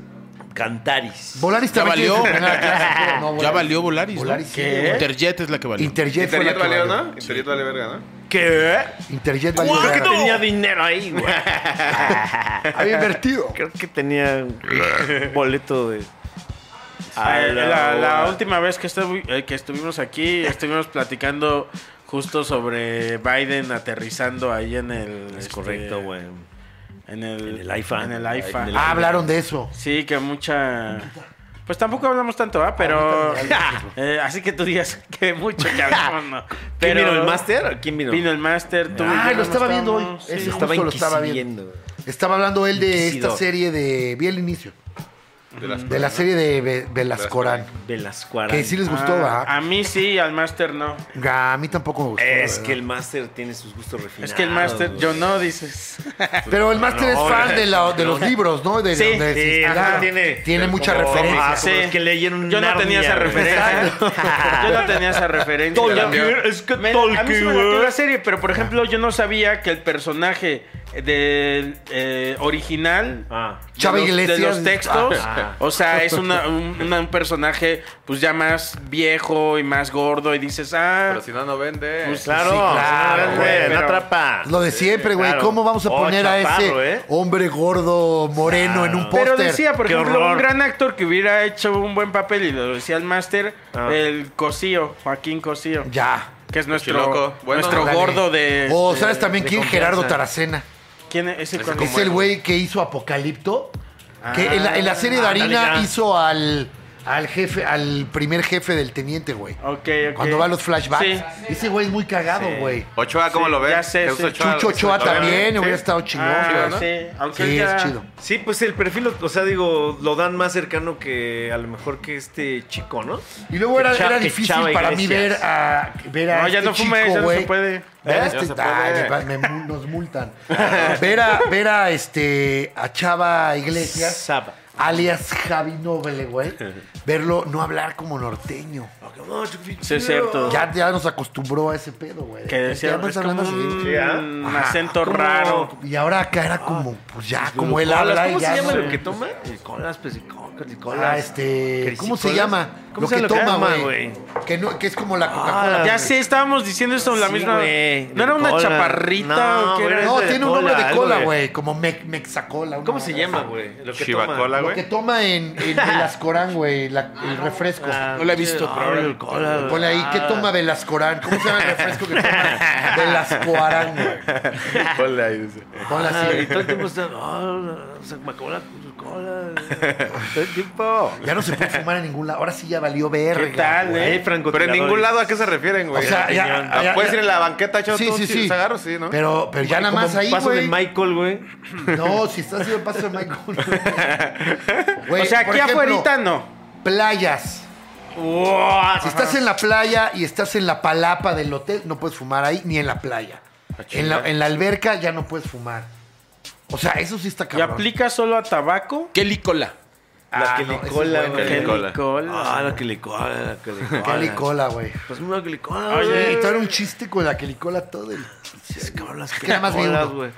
S3: Cantaris.
S1: Volaris
S5: Ya
S1: también
S5: valió.
S1: tiene su primera clase, pero no,
S5: Ya
S1: Volaris.
S5: valió Volaris. ¿no?
S1: Volaris, sí,
S2: ¿Qué?
S1: güey.
S5: Interjet es la que valió.
S1: Interjet fue la
S4: Internet
S1: que
S4: valió,
S1: valió.
S4: ¿no? Internet valió verga, ¿no?
S3: ¿Qué?
S1: Interjet valió.
S3: Creo que
S1: verga.
S3: tenía dinero ahí, güey.
S1: Había invertido.
S3: Creo que tenía un boleto de.
S2: Ah, eh, la, la
S3: hora.
S2: última vez que, estuvi- eh, que estuvimos aquí, estuvimos platicando justo sobre Biden aterrizando ahí en el.
S3: Es
S2: este,
S3: correcto, güey.
S2: En el,
S3: En el AIFA.
S2: En el AIFA.
S3: En el-
S1: Ah, hablaron de eso.
S2: Sí, que mucha. Pues tampoco hablamos tanto, ¿ah? Pero. Eh, así que tú digas que mucho que hablamos, ¿no?
S3: ¿Quién
S2: Pero
S3: vino el máster? ¿O ¿Quién vino?
S2: Vino el máster, tú. y
S1: Ah,
S2: yo
S1: lo
S2: no
S1: estaba viendo hoy.
S2: estábamos,
S1: Ese
S2: sí.
S1: justo lo estaba
S3: inquisiriendo.
S1: Estaba hablando él de esta
S3: Inquisidor.
S1: serie de... Vi el inicio.
S4: De las,
S1: De la serie de Ve- Velascorán.
S3: Velascuara.
S1: Que sí les gustó,
S2: Ah,
S1: ¿verdad?
S2: a mí sí, al Master no.
S1: Ga- A mí tampoco me gustó.
S3: Es
S1: la
S3: que
S1: verdad.
S3: el máster tiene sus gustos refinados.
S2: Es que el Master,
S3: güey.
S2: yo no, dices.
S1: Pero el máster es fan de, la- de los libros, ¿no? De,
S2: Sí,
S1: donde se
S3: Sí,
S1: inspira.
S3: ajá,
S1: tiene,
S3: tiene,
S1: mucha
S3: como-
S1: referencia.
S3: ah, como
S2: Eh, Sí.
S3: los que leyeron
S2: Yo no tenía esa referencia. yo no tenía esa referencia.
S4: Tolkien,
S3: es que
S2: Me- a mí sí me latió la serie, pero por ejemplo, yo no sabía que el personaje del eh, original
S3: Ah.
S2: de
S1: Chava
S2: los-
S1: Iglesias.
S2: de los textos,
S3: Ah.
S2: o sea, es una- un, una- un personaje pues ya más viejo y más gordo y dices, ah,
S4: Pero si no, no vende.
S2: Pues,
S3: Claro,
S1: Sí, claro,
S3: no,
S2: güey,
S3: güey, no
S2: pero-
S3: atrapa.
S1: Lo de siempre, güey.
S3: claro.
S1: ¿Cómo vamos a
S3: Oh,
S1: poner a ese
S3: chaparro, ¿eh?
S1: hombre gordo, moreno en un póster?
S2: Pero decía, por
S3: Qué
S2: ejemplo,
S3: horror.
S2: un gran actor que hubiera hecho un buen papel y lo decía el máster,
S3: Ah.
S2: el Cosío, Joaquín Cosío,
S1: Ya.
S2: que es nuestro,
S4: Chiloco. Bueno,
S2: nuestro
S4: dale.
S2: gordo de...
S1: O
S2: de-
S1: sabes también
S2: de
S1: quién,
S2: confianza.
S1: Gerardo Taracena.
S2: ¿Quién es ese? cuando-
S1: Es el güey que hizo Apocalipto. Que
S2: Ah.
S1: en la, en la serie de
S3: Ándale,
S1: Harina
S3: ya.
S1: hizo al, al jefe, al primer jefe del teniente, güey.
S2: Ok, ok.
S1: Cuando va a los flashbacks.
S2: Sí. Ah,
S1: Ese güey es muy cagado, güey.
S4: Ochoa, ¿cómo
S2: Sí,
S4: lo ves?
S2: ya sé,
S4: Jesús
S2: sí.
S1: Chucho Ochoa
S4: ¿lo ves?
S1: también
S4: Sí.
S1: hubiera estado chingón.
S2: Ah,
S1: güey.
S4: ¿no?
S2: sí, aunque
S1: Sí,
S2: ya-
S1: es chido.
S3: Sí, pues el perfil, lo- o sea, digo, lo dan más cercano que a lo mejor que este chico, ¿no?
S1: Y luego era,
S3: Que Cha-
S1: era
S3: que
S1: difícil
S3: Chava
S1: para mí ver
S3: Iglesias.
S1: a, ver a
S2: No, ya
S1: este
S2: no fume,
S1: chico,
S2: ya no se
S1: güey.
S2: puede.
S1: Ver a
S4: Ya
S1: este-
S4: se puede.
S1: ay, me- me- nos multan. ver a, ver a, este, a Chava Iglesias,
S3: Saba.
S1: alias Javi Noble, güey. Verlo no hablar como norteño.
S2: Sí, es cierto.
S1: Ya, ya nos acostumbró a ese pedo, güey.
S2: que decía,
S1: Ya
S2: es
S1: andas
S2: como
S1: hablando así.
S2: un,
S3: Sí, ¿ah?
S2: un
S1: Ajá,
S2: acento
S1: como-
S2: raro.
S1: Y ahora acá era como, pues ya, como él
S3: Colas,
S1: habla
S3: ¿Cómo
S1: y ya.
S3: se llama
S1: no-
S3: lo que toma? Colas, pesicocas,
S1: Ah,
S3: colas.
S1: este. ¿Cómo se
S3: Crisicolas.
S1: llama?
S3: ¿Cómo
S1: lo
S3: se
S1: que
S3: llama lo que
S1: toma,
S3: toma,
S1: güey. Que, no, que es como la
S3: Ah,
S1: Coca-Cola.
S2: Ya sé, estábamos diciendo esto la
S3: Sí,
S2: misma.
S3: güey,
S2: ¿No era una
S3: cola.
S2: chaparrita
S3: No,
S2: o qué
S3: güey,
S2: era?
S3: es
S1: no,
S3: de
S1: tiene un nombre
S3: cola,
S1: de
S3: algo
S1: cola,
S3: de-
S1: güey. Como me- Mexacola. una
S3: ¿Cómo se
S1: madre
S3: llama,
S1: así.
S3: güey? Lo que
S4: Chivacola,
S3: toma.
S1: Lo que
S4: güey.
S1: toma en, en Velascorán, güey. la- El refresco.
S3: Ah,
S2: No la he visto,
S3: ah,
S2: pero ahora-
S3: el cola, güey. Ah.
S1: Ponle ahí, ¿qué toma Velascorán? ¿Cómo se llama el refresco que toma Velascoarán, güey?
S4: Ponle ahí, dice.
S1: Ponle
S3: Ah, y
S1: así.
S3: todo el tiempo está. Ah, Sacacola, cola. Todo el tiempo.
S1: Ya no se puede fumar en ningún lado. Ahora sí ya valió verga.
S2: ¿Qué tal,
S1: güey.
S2: eh?
S4: Pero en ningún lado, ¿a qué se refieren,
S1: O
S4: güey?
S1: sea, ya,
S4: Ah,
S1: ya-
S4: puedes
S1: ya-
S4: ir en la banqueta echando
S1: Sí,
S4: todos
S1: sí,
S4: tus
S1: sí.
S4: agarros, sí, ¿no?
S1: Pero, pero ya nada más ahí,
S3: Paso de
S1: güey.
S3: Michael, güey.
S1: No, si estás haciendo el paso de Michael. Güey,
S2: o sea,
S1: por
S2: aquí
S1: ejemplo,
S2: afuera no.
S1: Playas. Si Ah, estás en la playa y estás en la palapa del hotel, no puedes fumar ahí ni en la playa.
S3: Ah,
S1: En la, en la alberca ya no puedes fumar. O sea, eso sí está
S2: ¿Y
S1: cabrón.
S2: aplica solo a tabaco?
S5: ¿Qué lícola?
S1: Ah,
S3: La que
S1: no,
S3: le
S1: ese es
S3: cola,
S1: bueno.
S3: güey.
S4: Calicola.
S3: Ah, la que le cola, la que le cola.
S1: Calicola, güey.
S3: Pues una que le cola,
S1: Oye,
S3: güey.
S1: y todo era un chiste con la calicola todo el...
S3: Es que hablas
S1: que nada más vi
S3: colas,
S1: uno.
S3: güey.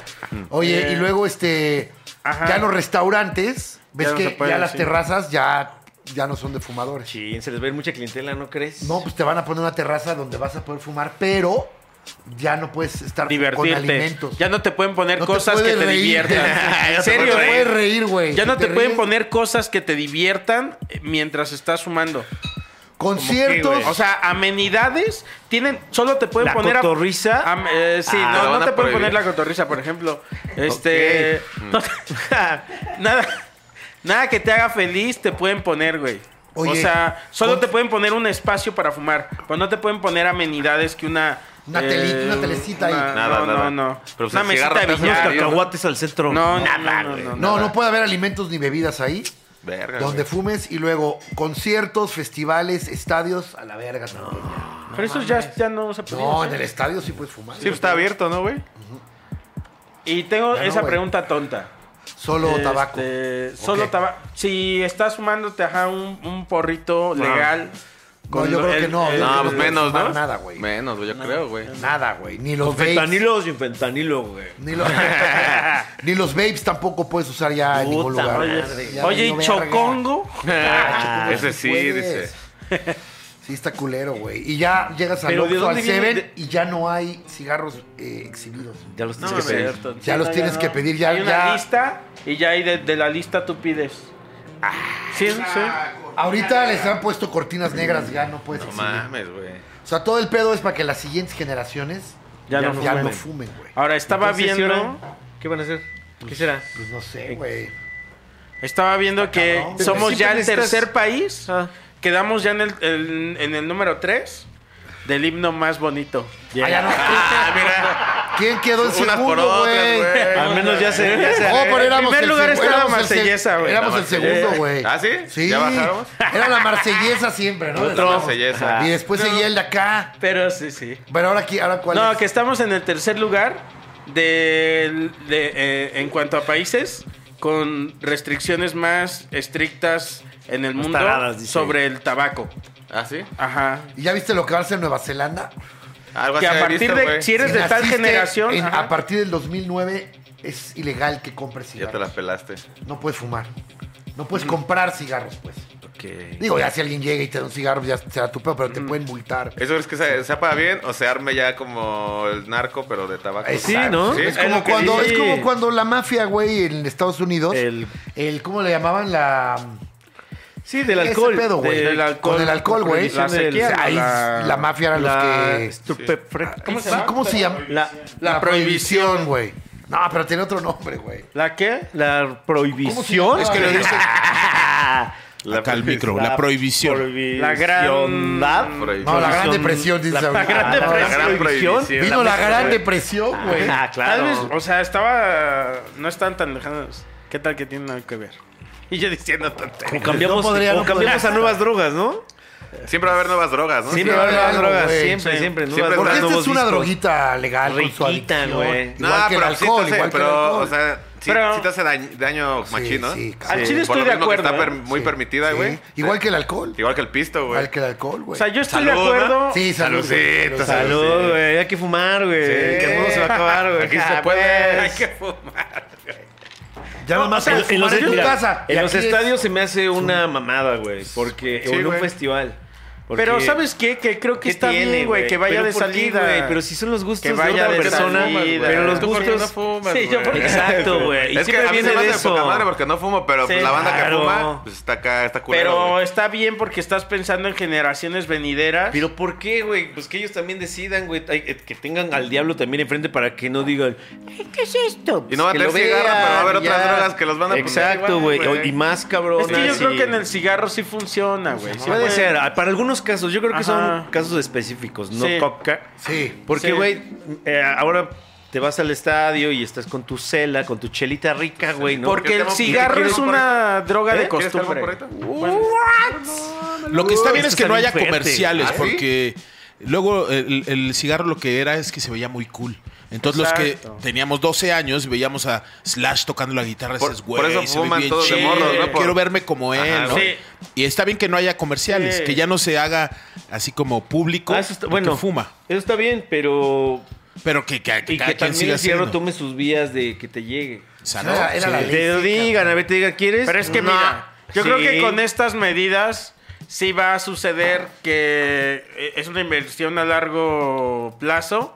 S1: Oye, y luego este...
S2: Eh. Ajá.
S1: Ya los restaurantes, ves
S2: Ya no
S1: que
S2: se puede,
S1: ya las
S2: sí.
S1: terrazas ya, ya no son de fumadores.
S3: Chin, se les ve mucha clientela, ¿no crees?
S1: No, pues te van a poner una terraza donde vas a poder fumar, pero ya no puedes estar con
S2: Divertirte.
S1: alimentos.
S2: Ya no te pueden poner
S1: No te
S2: cosas que
S1: puedes
S2: te
S1: reír.
S2: diviertan.
S1: No
S2: En
S1: te
S2: serio,
S1: puedes
S2: eh.
S1: reír, güey.
S2: Ya
S1: Si
S2: no te pueden
S1: ríes-
S2: poner cosas que te diviertan eh, mientras estás fumando.
S1: conciertos.
S3: qué, güey?
S2: O sea, amenidades tienen, solo te pueden
S3: ¿La
S2: poner a-
S3: cotorriza?
S2: am- eh, sí,
S4: Ah, ¿la
S2: no, no
S4: van a
S2: te pueden
S4: prohibir? Mm.
S2: poner la cotorriza, por ejemplo. Este, no te- nada, nada que te haga feliz te pueden poner, güey. o
S1: Oye,
S2: sea, solo
S1: con-
S2: te pueden poner un espacio para fumar, pero no te pueden poner amenidades que una eh,
S1: Una telita, una telecita ahí.
S2: una-
S4: Nada,
S2: no,
S4: nada.
S2: no, no.
S4: Pero, pues,
S2: una
S4: el
S2: mesita
S4: cigarro
S2: de
S4: te hace
S3: Unos
S4: más
S2: billar.
S4: caro.
S3: cacahuates al centro.
S2: No, no,
S3: nada,
S2: no,
S3: güey.
S2: no,
S1: no, no puede haber alimentos ni bebidas ahí.
S4: Verga,
S1: Donde
S4: güey.
S1: fumes y luego conciertos, festivales, estadios, a la verga. también.
S2: Pero esos ya, ya no se
S1: No,
S2: podían
S1: en
S2: hacer.
S1: el estadio sí puedes fumar.
S4: Sí, pues, está abierto, ¿no, güey?
S2: Y tengo
S1: Ya no,
S2: esa
S1: güey.
S2: pregunta tonta.
S1: Solo
S2: Este,
S1: tabaco.
S2: Solo
S1: Ok.
S2: tabaco. Si estás fumándote ajá, un, un porrito legal.
S1: Ah. No, yo creo que no.
S2: el-
S1: yo creo
S4: No, pues
S1: que puedes
S4: menos,
S1: fumar
S4: ¿no?
S1: Nada, güey.
S4: Menos, güey, yo creo, güey.
S1: Nada, güey. Ni los
S3: Con
S1: vapes.
S3: fentanilo o sin fentanilo, güey.
S1: Ni los, ni los vapes tampoco puedes usar ya en ningún
S3: Puta
S1: lugar.
S3: madre.
S2: Oye,
S1: Ya valió
S2: ¿y
S1: verga.
S2: chocongo?
S1: Ah,
S4: Ese sí,
S1: puedes.
S4: dice.
S1: Sí, está culero, güey. Y ya llegas al
S3: Pero, ¿de
S1: Oxxo, al
S3: dónde viene?
S1: Seven
S3: De-
S1: y ya no hay cigarros eh, exhibidos.
S3: Ya los
S2: No,
S3: tienes que pedir.
S2: cierto,
S1: Ya los
S2: no,
S1: tienes
S2: no.
S1: que pedir, ya-
S2: Hay una
S1: ya.
S2: lista y ya ahí de, de la lista tú pides.
S1: Ah.
S2: sí, sí.
S1: Ahorita les han puesto cortinas negras, ya no puedes
S4: No
S1: exhibir.
S4: mames, güey.
S1: O sea, todo el pedo es para que las siguientes generaciones
S2: Ya no fumen.
S1: fumen, güey.
S2: Ahora, estaba
S3: Entonces, ¿y
S2: viendo.
S3: ahora? ¿Qué van a hacer? ¿Qué será?
S1: Pues no sé, güey.
S2: Estaba viendo que
S1: cabrón.
S2: somos
S3: Pero
S2: ya el
S3: siempre necesitas-
S2: tercer país.
S3: Ah.
S2: Quedamos ya en el, el- en el número 3 del himno más bonito.
S1: Ah, ya no.
S4: Ah, mira.
S1: ¿Quién quedó en
S4: Unas por
S1: segundo,
S4: otras,
S1: güey?
S4: güey.
S3: Al menos ya se. ya se
S1: No, Oh, pero éramos
S2: primer
S1: el
S2: lugar
S1: seg-
S2: está la
S1: éramos el seg-
S2: marsellesa, güey.
S1: Éramos
S4: La
S1: el
S4: marsellesa.
S1: segundo, güey.
S4: ¿Ah, sí?
S1: Sí.
S4: ¿Ya bajamos?
S1: Era la marsellesa siempre, ¿no?
S4: Otra marsellesa.
S1: Y después seguía el de acá.
S2: Pero sí, sí.
S1: Pero ahora, aquí, ahora ¿cuál
S2: No,
S1: es?
S2: que estamos en el tercer lugar del- de, eh, en cuanto a países con restricciones más estrictas en el mundo
S3: taradas, dice.
S2: sobre el tabaco.
S4: ¿Ah, sí?
S2: Ajá.
S1: ¿Y ya viste lo que va a hacer Nueva Zelanda?
S4: Algo así
S2: Que a
S4: había
S2: partir
S4: visto,
S2: de
S4: güey.
S2: si eres
S1: Si
S2: de tal
S1: naciste
S2: generación,
S1: en-
S2: ajá.
S1: a partir del 2009 es ilegal que compres
S4: Ya te la
S1: cigarros.
S4: pelaste.
S1: No puedes fumar. No puedes
S2: Mm.
S1: comprar cigarros, pues. Digo, ya si alguien llega y te da un cigarro, ya será tu peor, pero
S2: Mm.
S1: te pueden multar.
S4: ¿Eso es que se, se apaga bien o se arme ya como el narco, pero de tabaco?
S1: Eh, sí,
S3: ¿no?
S4: Sí.
S2: Es
S1: Es como,
S2: lo que
S1: cuando,
S2: dice.
S1: es como cuando la mafia, güey, en Estados Unidos, el,
S3: El-
S1: ¿cómo le llamaban? La...
S3: Sí, del
S1: ese
S3: alcohol.
S1: pedo, güey.
S3: del alcohol.
S1: Con el alcohol, güey.
S3: La sequía,
S1: Ahí
S2: la-
S1: la mafia era los
S3: La
S1: que...
S3: estupefre- ¿Cómo se
S1: Sí,
S3: llama?
S1: ¿Cómo se llama?
S3: La,
S2: La prohibición,
S1: güey. No, pero tiene otro nombre, güey.
S2: ¿La qué?
S3: la
S1: ¿Cómo se
S3: prohibición.
S1: llama? Es que lo dices-
S4: La-
S5: Acá al micro, la, prohibición.
S2: La gran-
S4: Prohibición.
S1: No, la Gran
S3: Prohibición.
S1: Depresión, dice
S3: La- la
S1: ahorita.
S3: Gran
S1: No,
S4: La
S3: Depresión.
S4: gran
S3: prohibición.
S4: prohibición.
S1: Vino la
S4: mesa,
S1: Gran
S4: güey.
S1: Depresión, güey.
S3: Ah,
S2: Tal
S3: claro.
S2: vez, o sea, estaba. No están tan lejanos. ¿Qué tal que tienen algo que ver? Y yo diciendo tonterías.
S3: O cambiamos,
S1: No podría,
S3: o
S1: no
S3: cambiamos
S1: podría.
S3: a nuevas drogas, ¿no?
S4: Siempre va a haber nuevas drogas, ¿no?
S1: Siempre va a haber algo, güey.
S3: siempre, siempre.
S4: Siempre
S3: nuevas
S1: Porque
S4: Porque
S3: drogas,
S1: esta es
S3: nuevos
S1: una
S3: discos.
S1: droguita legal con su
S3: Riquita,
S1: adicción.
S3: güey.
S4: No,
S1: Igual que el
S4: pero sí te
S1: alcohol,
S4: hace-
S1: igual que el
S4: pero,
S1: alcohol.
S4: o sea, sí,
S2: Pero-
S4: sí te hace dañ- daño, machín, ¿no?
S1: sí, cabrón.
S2: Al chile
S4: Por
S2: estoy de
S4: lo mismo que
S2: acuerdo.
S4: Está per-
S2: ¿eh?
S4: muy
S1: Sí,
S4: permitida,
S1: sí.
S4: güey.
S1: Igual que el alcohol.
S4: Igual que el pisto, güey.
S1: Igual que el alcohol, güey.
S2: O sea, yo estoy de
S4: Salud, ¿no?
S2: acuerdo.
S1: Sí, salud. güey.
S4: Saludcita,
S1: Salud.
S3: Salud, güey. Hay que fumar, güey. Que el mundo se va a acabar, güey.
S4: Aquí se
S3: Ah,
S4: puede.
S3: pues.
S4: Hay que
S1: Ya nomás
S3: En-
S1: puedes
S3: en los,
S1: fumar en tu
S3: mira,
S1: casa. Y
S3: en los
S1: aquí es-
S3: estadios se me hace una mamada, güey. Porque
S4: Sí,
S3: o en un
S4: güey.
S3: festival. Porque-
S2: Pero ¿sabes qué? Que creo que
S3: ¿qué
S2: está
S3: tiene,
S2: bien, güey, que vaya
S3: ¿Pero
S2: de
S3: por qué,
S2: salida.
S3: güey? pero si son los gustos
S2: Que
S3: de
S2: vaya
S3: otra
S2: de
S3: persona,
S2: salida.
S3: pero los
S2: Tú porque
S3: gustos
S2: no
S4: fumas,
S2: Sí, yo porque-
S3: Exacto, güey. Y
S4: Es que
S3: siempre
S4: a mí
S3: viene
S4: se me
S3: de
S4: hace de
S3: eso.
S4: poca madre porque no fumo, pero pues,
S2: Sí,
S4: la banda
S3: claro.
S4: que fuma pues, está acá, está culero.
S2: Pero
S4: güey.
S2: está bien porque estás pensando en generaciones venideras.
S3: Pero ¿por qué, güey? Pues que ellos también decidan, güey. Ay, eh, Que tengan al diablo también enfrente para que no digan, "Ay, ¿qué es esto?
S4: Y no va a
S3: Que lo
S4: tener cigarro,
S3: vean,
S4: pero va a haber
S3: ya.
S4: otras drogas que los van a poner
S3: Exacto,
S4: igual,
S3: güey.
S4: güey.
S3: Y más cabrón.
S2: es que yo creo que en el cigarro sí funciona, güey. Sí
S3: Puede
S2: puede-
S3: ser. Ah, Para algunos casos, yo creo que
S2: Ajá.
S3: son casos específicos, no
S2: Sí.
S3: coca.
S1: Sí.
S3: Porque,
S2: Sí.
S3: güey, eh, ahora te vas al estadio y estás con tu cela, con tu chelita rica, güey, ¿no?
S2: Porque
S4: ¿Quieres
S2: el
S4: algo-
S2: cigarro
S4: quieres
S2: es
S4: algo
S2: una droga de
S4: ¿Eh? ¿Quieres algo
S2: costumbre.
S4: correcto?
S5: Lo que está bien
S3: esto
S5: es que
S3: está
S5: no
S3: bien
S5: haya
S3: fuerte.
S5: comerciales,
S4: ¿Ah, sí?
S5: porque luego el, el cigarro lo que era es que se veía muy cool. Entonces
S2: Exacto.
S5: los que teníamos 12 años y veíamos a Slash tocando la guitarra,
S4: Por-
S5: dices,
S4: por eso
S5: güey, se ve
S4: fuman
S5: bien
S4: todos
S2: de
S5: chido,
S2: morros, ¿no?
S5: yo
S4: Por-
S5: quiero verme como él,
S4: Ajá,
S5: ¿no?
S2: sí.
S5: Y está bien que no haya comerciales,
S2: Sí.
S5: que ya no se haga así como público
S3: Ah, eso está-
S5: lo
S3: bueno,
S5: que fuma,
S3: Eso está bien, pero.
S5: pero que, que- que
S3: Y
S5: cada
S3: que
S5: quien
S3: también
S5: siga
S3: el cigarro
S5: haciendo.
S3: tome sus vías de que te llegue.
S5: O sea,
S1: Era-
S5: ¿no?
S1: Ah, era
S5: Sí.
S1: la ley.
S3: Te lo digan, a ver, te digan, ¿quieres?
S2: Pero es que
S3: No.
S2: mira, yo creo que
S3: Sí.
S2: con estas medidas sí va a suceder que eh, es una inversión a largo plazo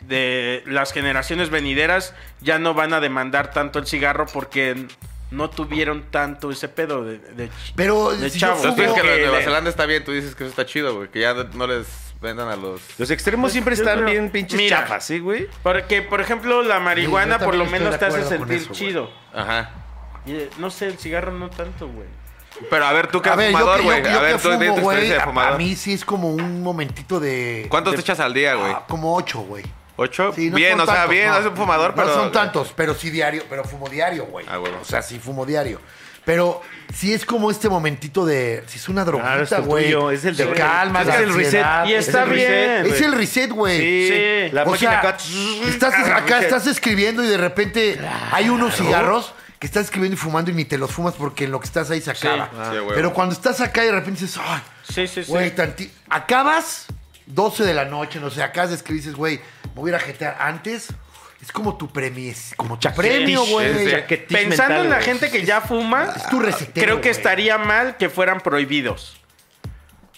S2: de las generaciones venideras ya no van a demandar tanto el cigarro porque no tuvieron tanto ese pedo de, de-
S1: Pero
S2: De
S1: si yo
S2: chavo.
S1: fumo-
S4: Entonces, tú dices Pues que lo de
S2: que
S4: Nueva
S2: le-
S4: Zelanda está bien, tú dices que eso está chido, güey. Que ya no les vendan a los...
S3: Los extremos siempre están
S2: creo-
S3: bien pinches
S2: Mira.
S3: chafas, ¿sí, güey?
S2: porque por ejemplo la marihuana
S1: Sí, yo
S2: por lo
S1: también
S2: menos te
S1: estoy de
S2: hace
S1: acuerdo con
S2: sentir
S1: eso, güey.
S2: chido.
S4: Ajá.
S2: Y, eh, no sé, el cigarro no tanto, güey.
S4: Pero a ver, tú que
S1: A
S4: eres
S1: ver,
S4: fumador,
S1: yo que, yo,
S4: güey.
S1: que-
S4: A
S1: yo
S4: ver,
S1: que
S4: tú de
S1: fumo,
S4: tu
S1: güey,
S4: experiencia de
S1: a, a
S4: fumador.
S1: mí sí es como un momentito de...
S4: ¿Cuántos te echas al día, güey?
S1: Ah, como ocho, güey.
S4: ¿Ocho?
S1: Sí, no
S4: bien,
S1: son
S4: o sea,
S1: tantos,
S4: bien, no es un fumador,
S1: No
S4: pero...
S1: son tantos, pero sí diario, pero fumo diario, güey.
S4: Ah, huevo.
S1: O sea, sí fumo diario. Pero sí es como este momentito de... Si es una droguita,
S3: es el
S1: güey.
S3: tuyo, es el
S1: de
S3: de-
S1: calma,
S3: es
S1: de
S3: el reset.
S1: ansiedad,
S2: Y
S1: es
S2: está
S1: el reset.
S2: bien,
S1: Es
S3: güey.
S1: el reset, güey.
S2: Sí.
S3: La
S1: O
S3: máquina
S1: sea,
S3: acá.
S1: Estás acá, estás escribiendo y de repente hay unos cigarros que estás escribiendo y fumando y ni te los fumas porque en lo que estás ahí se acaba.
S4: Ah. Sí, güey.
S1: Pero cuando estás acá y de repente dices, ay,
S2: Sí, sí, sí.
S1: güey, tanti- acabas 12 de la noche, no sé, acabas de escribir y dices, güey, me voy a ir a jetear antes. Es como tu premio, como tu premio,
S3: Es
S1: güey.
S3: chaquetish
S2: Pensando
S3: mental,
S2: en la
S3: güey.
S2: gente que ya fuma,
S1: Es tu resetero,
S2: creo que
S1: güey.
S2: estaría mal que fueran prohibidos.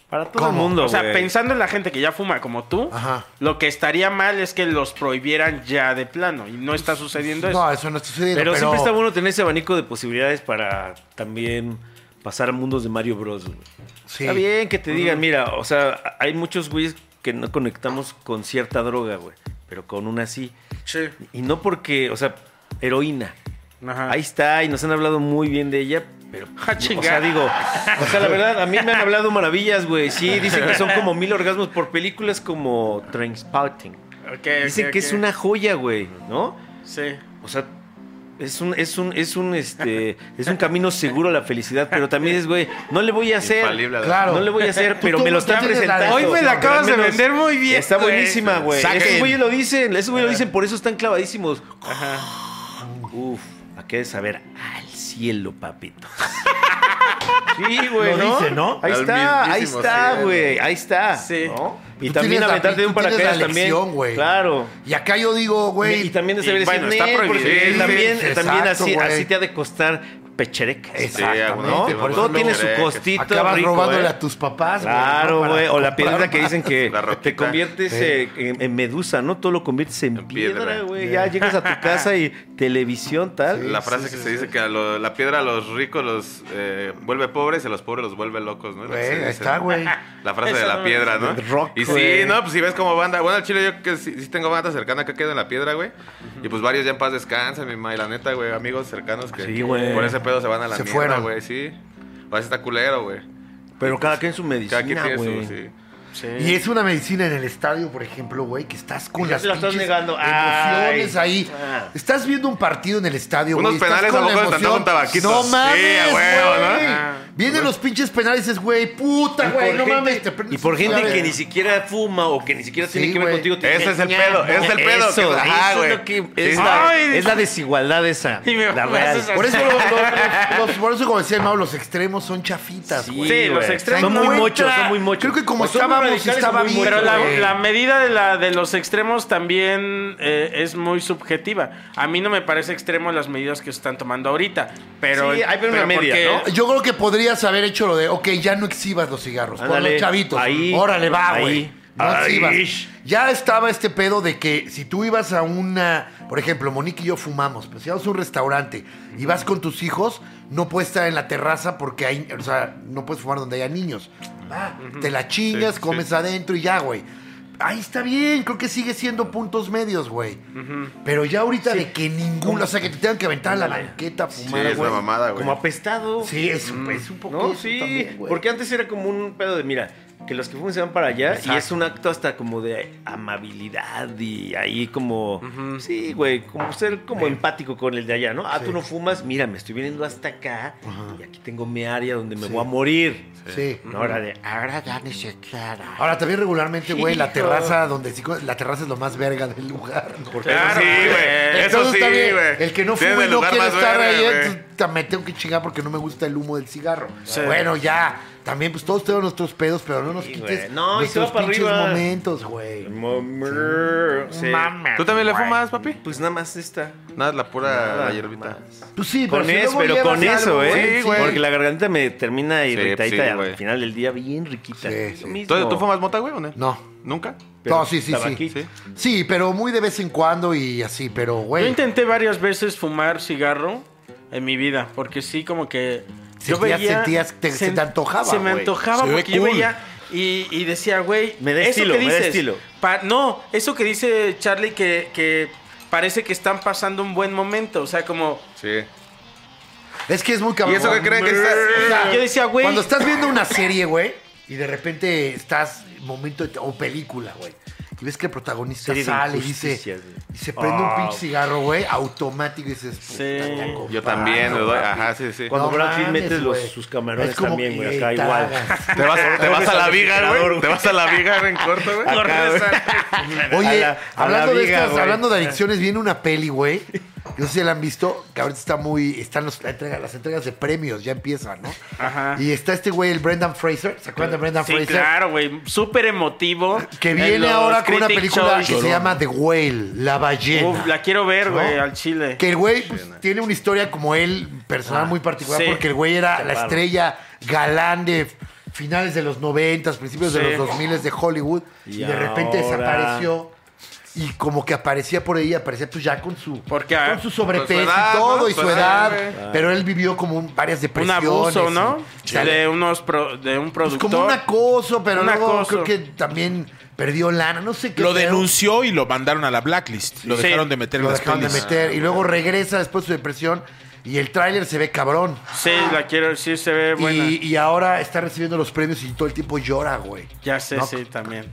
S3: Para todo
S1: ¿Cómo?
S3: el mundo,
S2: O sea,
S3: güey.
S2: pensando en la gente que ya fuma como tú,
S1: Ajá.
S2: lo que estaría mal es que los prohibieran ya de plano. Y no está sucediendo eso.
S1: No, eso no está sucediendo.
S3: Pero,
S1: Pero,
S3: siempre está bueno tener ese abanico de posibilidades para también pasar a mundos de Mario Bros. güey.
S1: sí.
S3: Está bien que te digan, mira, o sea, hay muchos güeyes que no conectamos con cierta droga, güey, pero con una sí.
S2: Sí.
S3: Y no porque, o sea, heroína.
S2: Ajá.
S3: Ahí está, y nos han hablado muy bien de ella, pero.
S2: Ah, chinga.
S3: o sea, digo, o sea, la verdad, a mí me han hablado maravillas, güey. Sí, dicen que son como mil orgasmos por películas como Trainspotting.
S2: ¿Qué,
S3: Dicen
S2: qué,
S3: que
S2: qué?
S3: es una joya, güey, ¿no?
S2: Sí.
S3: O sea, es un, es un, es un, este, es un camino seguro a la felicidad, pero también es, güey, no le voy a hacer.
S4: Infalible, la-
S1: Claro.
S3: No le voy a hacer, pero me lo
S1: tú
S3: están
S1: tienes la de-
S3: presentando.
S2: Hoy me la
S3: Pero
S2: acabas
S3: al
S2: de
S3: menos
S2: vender muy bien.
S3: Está
S2: güey.
S3: buenísima, güey.
S5: Saquen.
S3: Esos güeyes lo dicen, esos güeyes lo dicen, por eso están clavadísimos. Uf, a qué saber al cielo, papito. Sí, güey,
S1: Lo
S3: ¿no?
S1: dice, ¿no?
S3: Ahí
S4: Al
S3: está, ahí
S4: mismísimo
S3: está,
S4: cielo.
S3: güey, ahí está.
S2: Sí.
S3: ¿no?
S1: Tú
S3: Y también
S1: tienes la-
S3: aventarte de un
S1: tú tienes
S3: paracaídas
S1: la
S3: también.
S1: lección, güey.
S3: Claro.
S1: Y acá yo digo,
S3: Y
S1: güey.
S3: también es
S2: Y
S3: saber
S2: bueno,
S3: decir,
S2: está
S3: "Nee", porque
S2: prohibido.
S3: sí, también,
S1: exacto,
S3: también así,
S1: güey.
S3: así te ha de costar pecherec.
S1: Exactamente,
S3: ¿no? Todo
S1: por eso
S3: tiene
S1: luego
S3: su
S4: crees que-
S3: costito
S1: Acabas
S3: rico,
S1: robándole
S3: ¿eh?
S1: a tus papás, güey. ¿no?
S3: Claro,
S1: Para
S3: güey. O la
S1: comprar
S3: piedra que
S1: más.
S3: dicen que
S4: La roquita.
S3: te conviertes
S1: Sí.
S3: eh, en, en medusa, ¿no? Todo lo conviertes en,
S4: En piedra.
S3: piedra, güey. Ya llegas a tu casa y televisión, tal.
S4: La frase que se dice que a lo- la piedra a los ricos los eh, vuelve pobres y a los pobres los vuelve locos, ¿no? Es lo que
S1: Güey,
S4: se dice,
S1: ahí está,
S4: ¿no?
S1: güey.
S4: La frase
S2: Eso
S4: de
S2: no
S4: la
S2: me
S4: piedra, ¿no?
S3: del rock,
S4: y sí,
S3: güey.
S4: no, pues si ves como banda. Bueno, al chile yo que sí, sí tengo banda cercana que queda en la piedra, güey. Y pues varios ya en paz descansan, mi ma, y la neta, güey, amigos cercanos que
S3: Sí, güey.
S4: por ese pedo se van a la
S1: Se
S4: mierda,
S1: fueron.
S4: güey, sí. A veces está culero, güey.
S3: Pero cada quien su medicina,
S4: Cada quien tiene
S3: güey.
S4: su, sí.
S1: Y es una medicina en el estadio, por ejemplo, güey, que estás con
S3: Ya
S1: las
S3: te la estás
S1: pinches
S3: negando.
S1: emociones
S3: Ay.
S1: ahí.
S3: Ah.
S1: Estás viendo un partido en el estadio,
S4: Unos
S1: güey. estás
S4: penales
S1: con
S4: a
S1: la
S4: poco de
S1: emoción.
S4: tantaron tabaquitos.
S1: No
S4: Sí,
S1: mames,
S4: a huevo, ¿no?
S1: güey.
S4: Ah.
S1: Vienen los pinches penales y dices, güey, puta,
S3: Por
S1: güey, no
S3: gente-
S1: mames. te prendes
S3: y por
S1: un
S3: gente
S1: clavo.
S3: que ni siquiera fuma o que ni siquiera tiene
S1: Sí,
S3: que ver
S1: güey.
S3: contigo. te
S4: Ese
S3: dicen,
S4: es el
S3: "Ña,
S4: pedo,
S3: ña".
S4: es el pedo,
S3: Eso,
S4: que- ajá,
S3: eso es,
S4: güey.
S3: lo que-
S4: Sí,
S3: es,
S4: sí.
S3: la,
S2: Ay,
S3: es la desigualdad esa.
S2: Y me
S3: la
S2: me
S3: real.
S2: haces así.
S1: Por eso, lo- lo- los- los- por eso como decía Mau, los extremos son chafitas,
S3: Sí,
S1: güey.
S2: Sí, los
S3: güey.
S2: extremos
S3: Son muy
S2: no
S3: mochos,
S2: entra-
S3: son muy mochos.
S1: Creo que como
S3: O son muy
S1: estábamos,
S3: radicales
S1: estaba
S3: o muy
S1: bien,
S3: mochos.
S2: Pero la,
S1: güey.
S2: la medida de, la, de los extremos también eh, es muy subjetiva. A mí no me parece extremo las medidas que se están tomando ahorita. Pero,
S3: Sí, hay una media, ¿no?
S1: Yo creo que podrías haber hecho lo de, ok, ya no exhibas los cigarros, por
S3: Ándale,
S1: los chavitos.
S3: ahí,
S1: Órale, va,
S3: ahí,
S1: güey. No
S3: ahí.
S1: exhibas. Ya estaba este pedo de que si tú ibas a una, por ejemplo, Monique y yo fumamos, pues si vamos a un restaurante y vas con tus hijos, no puedes estar en la terraza porque hay, o sea, no puedes fumar donde haya niños. Va, te la chingas,
S4: Sí,
S1: comes adentro y ya, güey. Ahí está bien, creo que sigue siendo puntos medios, güey. Pero ya ahorita de que ninguno, o sea, que te tengan que aventar a la banqueta a
S4: Sí,
S1: fumar,
S4: es una
S1: güey.
S4: mamada, güey.
S3: Como apestado.
S1: Sí, es, es un poco.
S3: Mm. ¿No?
S1: eso
S3: Sí,
S1: también, güey.
S3: porque antes era como un pedo de, mira, que los que fuman se van para allá y es un acto hasta como de amabilidad y ahí como, sí, güey, como ser como empático con el de allá, ¿no? Ah, tú no fumas, mira, me estoy viniendo hasta acá y aquí tengo mi área donde me
S1: Sí.
S3: voy a morir.
S1: Sí.
S3: No, ahora de, ahora ya ni
S1: Ahora también regularmente, güey, la
S3: Hijo.
S1: terraza donde sí, la terraza es lo más verga del lugar. ¿no?
S4: Eso
S2: Claro,
S4: sí,
S2: güey.
S4: güey. Eso
S1: Entonces
S4: sí,
S1: también,
S4: güey.
S1: El que no
S4: Tiene
S1: fuma y
S4: el
S1: no
S4: lugar
S1: quiere
S4: más
S1: estar
S4: verga,
S1: ahí,
S4: güey.
S1: entonces, ta- me tengo que chingar porque no me gusta el humo del cigarro.
S2: Sí.
S1: Bueno, ya. También, pues todos tenemos nuestros pedos, pero no nos
S3: Sí,
S1: quites
S3: güey. No, y se
S1: nuestros
S3: va para
S1: pinches
S3: arriba.
S1: momentos, güey.
S3: Sí.
S4: ¿Tú también le fumas, papi?
S3: Pues nada más esta.
S4: Nada, la pura
S3: Nada
S4: la hierbita.
S3: más.
S1: Pues sí, pero
S3: Con
S1: si
S3: eso,
S1: luego
S3: pero
S1: llevas
S3: con eso,
S1: algo,
S3: ¿eh?
S1: Sí,
S3: Porque la garganta me termina irritadita
S4: sí,
S3: y al
S4: güey.
S3: final del día bien riquita.
S1: Sí,
S3: Es lo
S1: sí.
S3: mismo.
S4: ¿Tú, ¿Tú fumas mota, güey, o no?
S1: No.
S4: ¿Nunca?
S3: Pero
S1: no, sí, sí, sí.
S3: tabaquito.
S1: sí. pero muy de vez en cuando y así, pero,
S2: Yo
S1: güey.
S2: intenté varias veces fumar cigarro en mi vida, porque sí, como que. yo
S1: Sentías-
S2: veía,
S1: sentías que te- se te antojaba,
S2: Se me
S1: güey.
S2: antojaba
S5: Se ve
S2: porque yo
S5: cool.
S2: veía y, y decía, güey.
S3: Me da
S2: eso
S3: estilo,
S2: que
S3: me da
S2: dices,
S3: estilo.
S2: pa- no, eso que dice Charlie que, que parece que están pasando un buen momento. O sea, como.
S4: Sí.
S1: Es que es muy
S4: ¿Y
S1: cabrón.
S4: eso que creen que
S1: O
S4: está?
S1: sea,
S2: Yo decía, güey.
S1: Eh, Cuando estás viendo una serie, güey, y de repente estás momento de- o película, güey. Y ves que el protagonista
S3: Serie de
S1: sale y dice
S3: injusticias, güey.
S1: y se prende
S2: Ah,
S1: un pinche cigarro, güey, automático y dices, "Puta, ya compadre,
S4: Yo también le doy.
S1: güey".
S4: Ajá, sí, sí.
S3: Cuando
S1: No
S3: Brad Pitt
S1: mames,
S3: mete los-
S1: güey.
S3: sus camarones
S1: Es como
S3: también, güey,
S1: que
S3: acá
S1: te
S3: igual.
S1: hagas.
S4: Te vas, te vas a la viga, güey.
S3: refrigerador,
S4: Te vas a la viga en corto, güey.
S1: Oye,
S3: A la- a
S1: hablando,
S3: la
S1: de
S3: viga,
S1: estas-
S3: güey.
S1: hablando de adicciones, viene una peli, güey. Yo sé si la han visto, que ahorita está muy. Están los- la entrega- las entregas de premios, ya empiezan, ¿no?
S2: Ajá.
S1: Y está este güey, el Brendan Fraser. ¿Se acuerdan de Brendan
S2: Sí,
S1: Fraser?
S2: claro, güey. Súper emotivo.
S1: Que
S2: En
S1: viene
S2: los
S1: ahora con una
S2: Critic
S1: película
S2: Choice.
S1: que se llama The Whale, la ballena.
S2: Uf, la quiero ver,
S1: ¿No?
S2: güey, al chile.
S1: Que el güey pues, tiene una historia como él, personal muy particular,
S2: Ah, sí.
S1: porque el güey era la
S3: bárbaro.
S1: estrella galán de finales de los noventas, principios
S2: Sí.
S1: de los 2000 de Hollywood, y,
S3: Y
S1: de repente
S3: ahora-
S1: desapareció. Y como que aparecía por ahí, aparecía pues ya con su,
S2: Porque, ah,
S1: con su sobrepeso
S4: con su edad,
S1: y todo,
S4: ¿no?
S1: y su
S4: Con su
S1: edad.
S4: edad, güey.
S1: Pero él vivió como un- varias
S2: Un
S1: depresiones.
S2: abuso,
S1: y-
S2: ¿no?
S1: o sea,
S2: De unos pro- de un
S1: pues,
S2: productor.
S1: como un acoso, pero
S2: Un
S1: luego
S2: acoso.
S1: creo que también perdió lana, no sé qué.
S5: Lo
S1: pedo.
S5: denunció y lo mandaron a la blacklist. Lo
S2: Sí.
S5: dejaron de meter en
S1: lo
S5: las
S1: dejaron de
S5: pelis.
S1: meter y luego regresa después de su depresión y el tráiler se ve cabrón.
S2: Sí, la quiero, sí se ve buena.
S1: Y, y ahora está recibiendo los premios y todo el tiempo llora, güey.
S2: Ya sé,
S1: No,
S2: sí, también.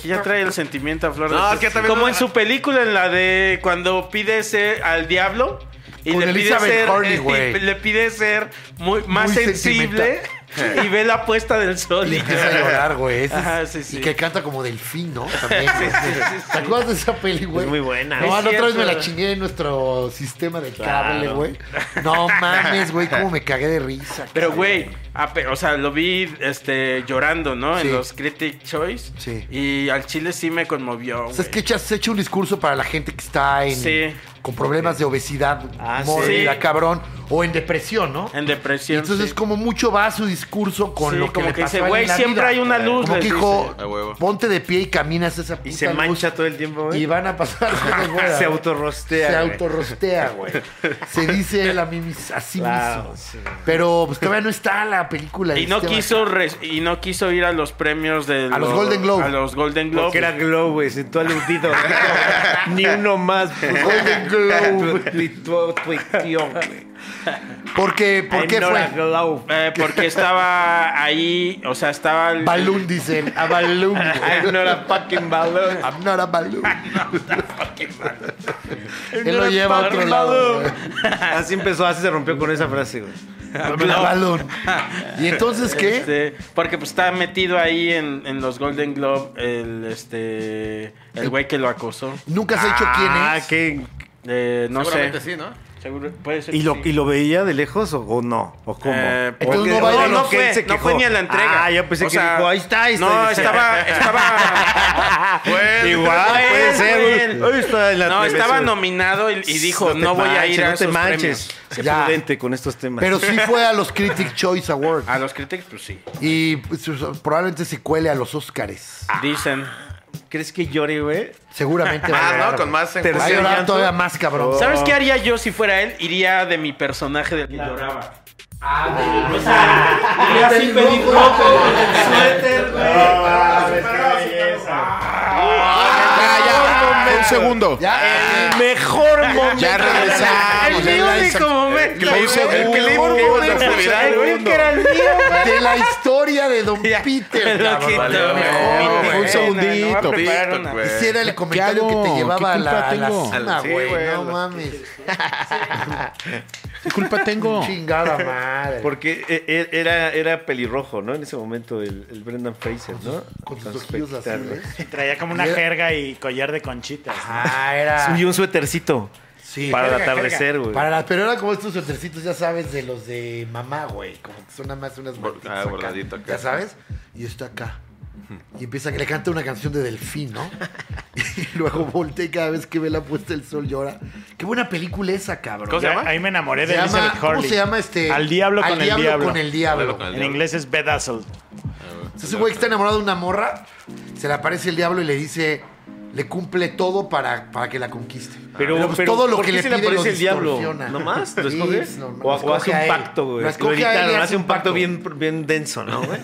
S2: Que ya trae el sentimiento a flor de
S4: No,
S2: piel.
S4: es que también-
S2: Como en su película, en la de cuando pide ser al diablo. Y
S1: Con
S2: le pide,
S1: Elizabeth
S2: ser,
S1: Hurley,
S2: eh,
S1: güey.
S2: le pide ser muy, más
S1: Muy
S2: sensible y ve la puesta del sol.
S1: Y
S2: y-
S1: empieza a llorar, güey. Ese es-
S2: Ajá, sí, sí.
S1: Y que canta como delfín, ¿no? También. ¿Te acuerdas de esa peli, güey?
S3: Es muy buena.
S1: No,
S2: Es
S1: la otra vez
S2: cierto.
S1: me la chingué en nuestro sistema de cable, güey. No mames, güey, cómo me cagué de risa.
S2: Pero,
S1: cabrón.
S2: güey, a pe- o sea, lo vi este, llorando, ¿no?
S1: Sí.
S2: En los Critic Choice.
S1: Sí.
S2: Y al chile sí me conmovió.
S1: O sea, es
S2: güey.
S1: que echas- se echa un discurso para la gente que está en,
S2: Sí.
S1: con problemas de obesidad
S3: Ah, sí.
S1: mórbida,
S2: Sí.
S1: cabrón, o en depresión, ¿no?
S2: En
S1: Y
S2: depresión.
S1: entonces
S2: sí.
S1: como mucho va su discurso con
S2: Sí,
S1: lo que
S2: como
S1: le
S2: que dice,
S1: pasó a él en
S2: güey,
S1: la
S2: siempre
S1: vida.
S2: hay una luz,
S1: Como
S2: les
S1: que dijo,
S4: dice. A huevo.
S1: ponte de pie y caminas esa puta
S3: Y se
S1: luz
S3: mancha todo el tiempo, ¿eh?
S1: y
S3: güey.
S1: van a pasar cosas buenas.
S3: Se
S1: güey.
S3: autorrostea.
S1: Se
S3: güey.
S1: autorrostea, güey. Se dice él a, mí, mis- a sí
S3: Claro,
S1: mismo.
S3: sí.
S1: Pero pues todavía no está la película.
S2: Y
S1: de
S2: no
S1: este
S2: quiso res- y no quiso ir a los premios de
S1: A los Golden Globe.
S2: A los Golden Globe.
S3: Porque era Glow, güey, sentó aludido. Ni uno más.
S1: Golden Globe.
S3: Tuiteó, tuiteó, güey.
S1: vato. Porque, ¿Por qué
S3: Ainora
S1: fue?
S3: Glow.
S2: Eh, porque estaba ahí, o sea, estaba el-
S1: Balloon, dicen. A Balloon. güey.
S3: Ainora fucking balloon.
S1: I'm not a balloon. Él lo lleva a otro lado. güey.
S3: Así empezó, así se rompió con esa frase, güey.
S1: I'm not a balloon. ¿Y entonces qué?
S2: este, porque pues estaba metido ahí en, en los Golden Globe el este el güey que lo acosó.
S1: Nunca se ha dicho quién
S3: Ah,
S1: es.
S3: ¿qué?
S2: Eh, no sé.
S4: Seguramente sí, ¿no?
S2: Seguro- puede ser
S3: ¿Y
S2: que
S3: lo,
S2: sí.
S3: ¿Y lo veía de lejos o, o no? ¿O cómo?
S2: Eh,
S1: Entonces
S3: ¿O qué-
S1: no
S3: o
S1: va a ir
S3: de
S1: a
S2: no,
S1: lo
S2: no
S3: que él
S2: fue,
S3: se
S2: no fue
S3: quejó?
S2: ni a la entrega.
S3: Ah, yo pensé
S2: O
S3: que
S2: sea,
S3: dijo, ahí está, ahí está.
S2: No,
S3: ahí está.
S2: estaba, estaba.
S4: Pues,
S3: Igual,
S2: Él,
S3: puede ser.
S2: él.
S3: güey. Ahí está en la
S2: No, estaba
S3: televisión.
S2: nominado y, y dijo,
S3: te
S2: no, voy a
S3: manches,
S2: ir a
S3: No te
S2: esos
S3: manches.
S2: premios.
S3: Sé
S1: Ya.
S3: prudente con estos temas.
S1: Pero sí fue a los Critic Choice Awards.
S3: Ah.
S2: A los críticos, pues sí.
S1: Y pues, probablemente se cuele a los Oscars.
S3: Ah.
S2: Dicen.
S3: ¿Crees que llore, güey?
S1: Seguramente va a
S3: Ah,
S4: Más,
S1: llorar,
S4: ah, ¿no? Con
S1: güey.
S4: más
S1: Va a
S3: Tercer
S1: llorar
S3: llanto.
S1: todavía más, cabrón.
S2: ¿Sabes qué haría yo si fuera él? Iría de mi personaje del que lloraba. Ah,
S1: Ya
S2: así
S1: te
S2: pelirrojo,
S1: digo,
S2: con el suéter, güey.
S5: Ah, ya. Un segundo.
S1: Ya, eh,
S3: Mejor momento.
S5: Ya regresamos.
S2: El
S5: ya
S2: único momento.
S5: la hice-
S2: güey.
S5: Un
S2: El
S5: segundo.
S2: único momento.
S5: Un
S2: El único
S5: segundo.
S2: pues, que era el mío,
S3: Oh.
S2: güey.
S1: de la historia de Don Peter.
S2: Me lo
S1: cabrón.
S2: quitó,
S1: Vale,
S2: güey.
S1: mejor,
S5: güey.
S1: güey.
S5: Un
S2: No, no
S5: segundito.
S2: voy a preparar
S4: TikTok,
S2: una.
S4: güey.
S1: Ese era el comentario que
S5: ¿Qué
S1: te
S5: hago?
S1: llevaba a
S5: ¿Qué
S1: la,
S5: culpa
S1: a la
S5: tengo?
S1: cena,
S4: Sí,
S1: güey.
S4: güey,
S1: no
S4: lo-
S1: mames.
S5: ¿Qué culpa tengo?
S1: Chingada madre.
S3: Porque e- e- era, era pelirrojo, ¿no? En ese momento, el, el Brendan Fraser, ¿no?
S1: Con sus
S3: sus
S1: ojillos
S3: pequitas, ¿no?
S1: azules.
S7: Y traía como una
S1: Mira.
S7: jerga y collar de conchitas. ¿no?
S1: Ah, era.
S3: Y un suétercito
S4: Ah.
S1: Sí.
S3: para el
S7: Jerga, jerga.
S3: atardecer, güey.
S1: Para las, pero era como estos suétercitos, ya sabes, de los de mamá, güey. Como que son nada más unas
S4: Bor-
S1: mantitas
S4: ah,
S1: acá,
S4: bordadito acá.
S1: Ya sabes. Y está acá. Y empieza que le canta una canción de Delfín, ¿no? y luego voltea y cada vez que ve la puesta del sol llora. Qué buena película esa, cabrón.
S4: ¿Cómo se llama?
S7: Ahí me enamoré de
S1: Se llama-
S7: Elizabeth Hurley.
S1: ¿Cómo se llama este?
S7: Al diablo con el diablo.
S1: con el diablo.
S4: Al diablo con el
S7: En inglés es bedazzled.
S1: Es ese güey que está enamorado de una morra, se le aparece el diablo y le dice, le cumple todo para, para que la conquiste.
S3: Pero,
S1: pues,
S3: pero,
S1: todo lo
S3: ¿por
S1: que
S3: qué
S1: le
S3: se le
S1: pide lo
S3: aparece el diablo?
S1: distorsiona.
S3: ¿No más? ¿Lo
S1: Sí,
S3: escoge?
S1: es normal.
S3: o,
S1: Lo
S3: o
S1: escoge
S3: hace
S1: a
S3: un
S1: él.
S3: pacto, güey.
S1: Lo escoge a él y
S3: editaron, hace un pacto bien, bien denso, ¿no, güey?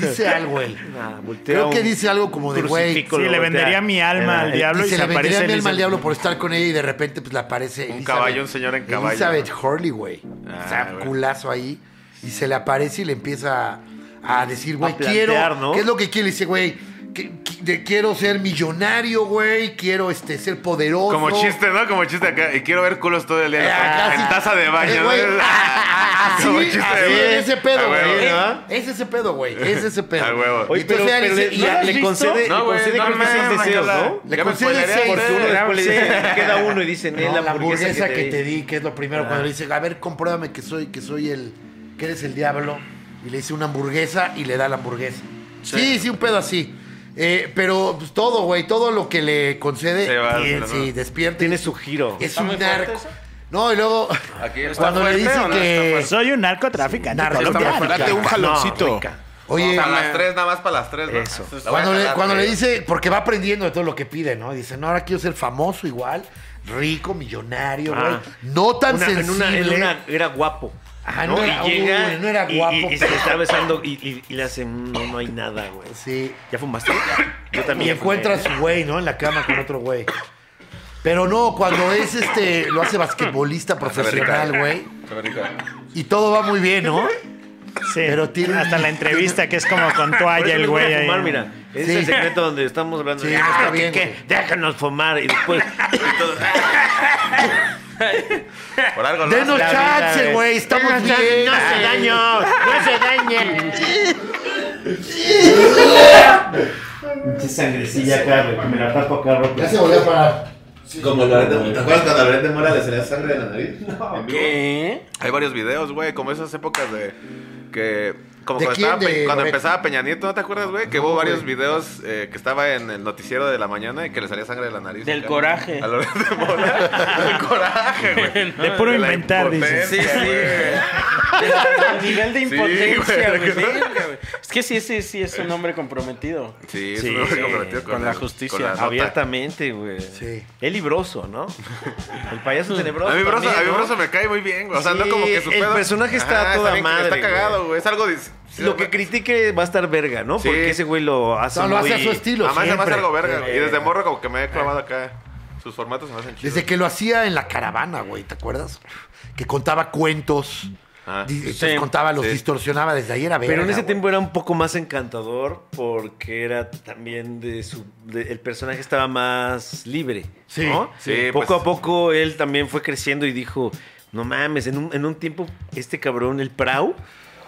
S1: Dice algo él.
S3: Ah, voltea
S1: Creo que
S3: un-
S1: dice algo como de, güey,
S3: crucifijo,
S7: Sí,
S3: lo
S7: le
S3: voltea.
S7: vendería mi alma
S3: Era-
S7: al diablo y
S1: se
S7: se
S1: le vendría
S7: aparece
S1: bien
S7: Elizabeth.
S1: mal diablo por estar con ella y de repente pues le aparece Elizabeth-
S4: caballo, un señor en caballo.
S1: Elizabeth Hurley, güey.
S4: Ah,
S1: o sea,
S4: güey.
S1: culazo ahí. Y se le aparece y le empieza a, a decir, güey,
S3: plantear,
S1: quiero.
S3: ¿no?
S1: ¿Qué es lo que quiere? Y dice, güey, que- que- de- quiero ser millonario, güey. Quiero este, ser poderoso.
S4: Como chiste, ¿no? Como chiste acá. Y quiero ver culos todo el día.
S1: Eh, acá sí.
S4: en taza de
S1: Eh,
S4: baño.
S1: güey,
S4: ¿no?
S1: Así,
S4: Como chiste,
S1: así
S4: güey.
S1: es ese
S4: A
S1: pedo,
S4: huevo.
S1: güey.
S3: ¿no?
S1: Es ese pedo, güey. Es ese pedo.
S4: A huevo.
S1: Y
S3: Oye, pero, pero
S1: entonces ella
S3: le,
S1: dice, y la-
S3: le concede,
S4: No,
S3: le
S4: güey,
S3: concede
S4: no,
S3: creo que seis
S4: mames,
S3: deseos,
S4: ya la-
S3: ¿no?
S1: Le
S4: ya me
S1: concede
S4: spoileaste.
S1: seis,
S3: Porque uno después pues, le dice, queda uno y dice,
S1: No,
S3: "Nel, la hamburguesa que te di".
S1: di, que es lo primero. Cuando le dice, a ver, compruébame que soy, que soy el, que eres el diablo. Y le dice una hamburguesa y le da la hamburguesa. Sí, sí, un pedo así. Eh, pero pues, todo, güey, todo lo que le concede,
S4: Se va,
S1: sí,
S4: no,
S1: sí,
S4: no.
S1: despierta.
S3: Tiene su giro.
S1: Es
S2: muy
S1: un
S2: fuerte
S1: narco.
S2: eso?
S1: No, y luego,
S4: Aquí está
S1: cuando le
S4: fuerte
S1: dice
S4: o no
S1: que...
S4: está
S7: Soy un narcotraficante.
S1: Narco,
S7: colombiano.
S1: está muy fuerte.
S5: Date un jaloncito.
S1: Oye,
S4: Para las tres, nada más para las tres, ¿no? Eso.
S1: Cuando le, cuando le dice, porque va aprendiendo de todo lo que pide, ¿no? Dice, no, ahora quiero ser famoso igual, rico, millonario, güey.
S3: Ah.
S1: No tan
S3: Una- en
S1: sensible.
S3: una- en una- era guapo.
S1: Ajá, no era-
S3: y llega
S1: uy, no era
S3: y- y-
S1: guapo.
S3: Y, se le está besando y, y- y le hacen, no, no hay nada, güey.
S1: Sí.
S3: ¿Ya fumaste? Yo
S1: Y
S3: también.
S1: encuentra a su güey, ¿no? En la cama con otro güey. Pero no, cuando es este, lo hace basquetbolista profesional, güey. Y todo va muy bien, ¿no?
S7: Sí,
S1: Pero tiene un-
S7: hasta la entrevista que es como con
S3: Por
S7: toalla
S3: eso
S7: el
S3: le voy a
S7: güey ahí.
S3: fumar, mira. Ese
S1: Sí.
S3: es el secreto donde estamos hablando
S1: Sí,
S3: de,
S1: no está
S3: "Ah, ¿qué,
S1: bien,
S3: qué?
S1: güey".
S3: déjanos fumar y después
S4: Por algo lo
S1: Denos
S4: hacen.
S3: La vida,
S1: chance,
S3: eh.
S1: güey. Estamos bien.
S3: se daño, no se dañen. Pinche sangrecilla acá, güey, que me la tapo acá, güey.
S1: se volvió a parar.
S8: Como Loret de- ¿Te acuerdas cuando a Loret de Mola le salía sangre de la nariz?
S2: ¿Qué?
S4: Hay varios videos, güey, como esas épocas de que como
S1: ¿De
S4: cuando,
S1: quién?
S4: estaba Pe-
S1: ¿De
S4: cuando
S1: Loret?
S4: empezaba Peña Nieto, ¿no te acuerdas, güey? Que hubo varios videos eh, que estaba en el noticiero de la mañana y que le salía sangre de la nariz.
S2: Del
S4: acá.
S2: coraje.
S4: A Loret de Mola. Del coraje, güey.
S7: De puro
S4: la
S7: inventar, dices.
S4: impotencia,
S2: Sí, sí.
S4: güey.
S2: El nivel de
S4: Sí,
S2: impotencia,
S4: güey.
S2: güey. Verga, güey. Es que sí, sí, sí, es un hombre comprometido.
S4: Sí, es
S3: Sí,
S4: un hombre comprometido
S2: con la
S4: el-
S2: justicia.
S4: con la nota.
S3: Abiertamente, güey.
S1: Sí.
S3: El libroso, ¿no? El payaso tenebroso.
S4: A mí, Broso,
S3: también,
S4: a mí
S3: ¿no?
S4: Broso me cae muy bien, güey. O sea, no
S3: Sí,
S4: como que su
S3: el
S4: pedo-
S3: personaje está a toda
S4: bien-
S3: madre,
S4: Está cagado, güey. Es algo. de-
S3: Lo que critique va a estar verga, ¿no?
S4: Sí.
S3: Porque ese güey lo hace.
S1: No, lo hace a
S3: muy-
S1: su estilo.
S4: Además, además
S1: siempre.
S4: es algo verga, güey. Y desde morro, como que me he
S2: Eh.
S4: clavado acá. Sus formatos se me hacen chidos.
S1: Desde que lo hacía en la caravana, güey, ¿te acuerdas? Que contaba cuentos,
S4: Ah.
S1: di- los
S2: Sí.
S1: contaba, los
S4: Sí.
S1: distorsionaba, desde ahí era verga,
S3: Pero en ese
S1: güey.
S3: tiempo era un poco más encantador porque era también de su... de- el personaje estaba más libre,
S1: Sí,
S3: ¿no? Eh,
S4: sí,
S3: Poco
S4: pues.
S3: a poco él también fue creciendo y dijo, no mames, en un, en un tiempo este cabrón, el Prau...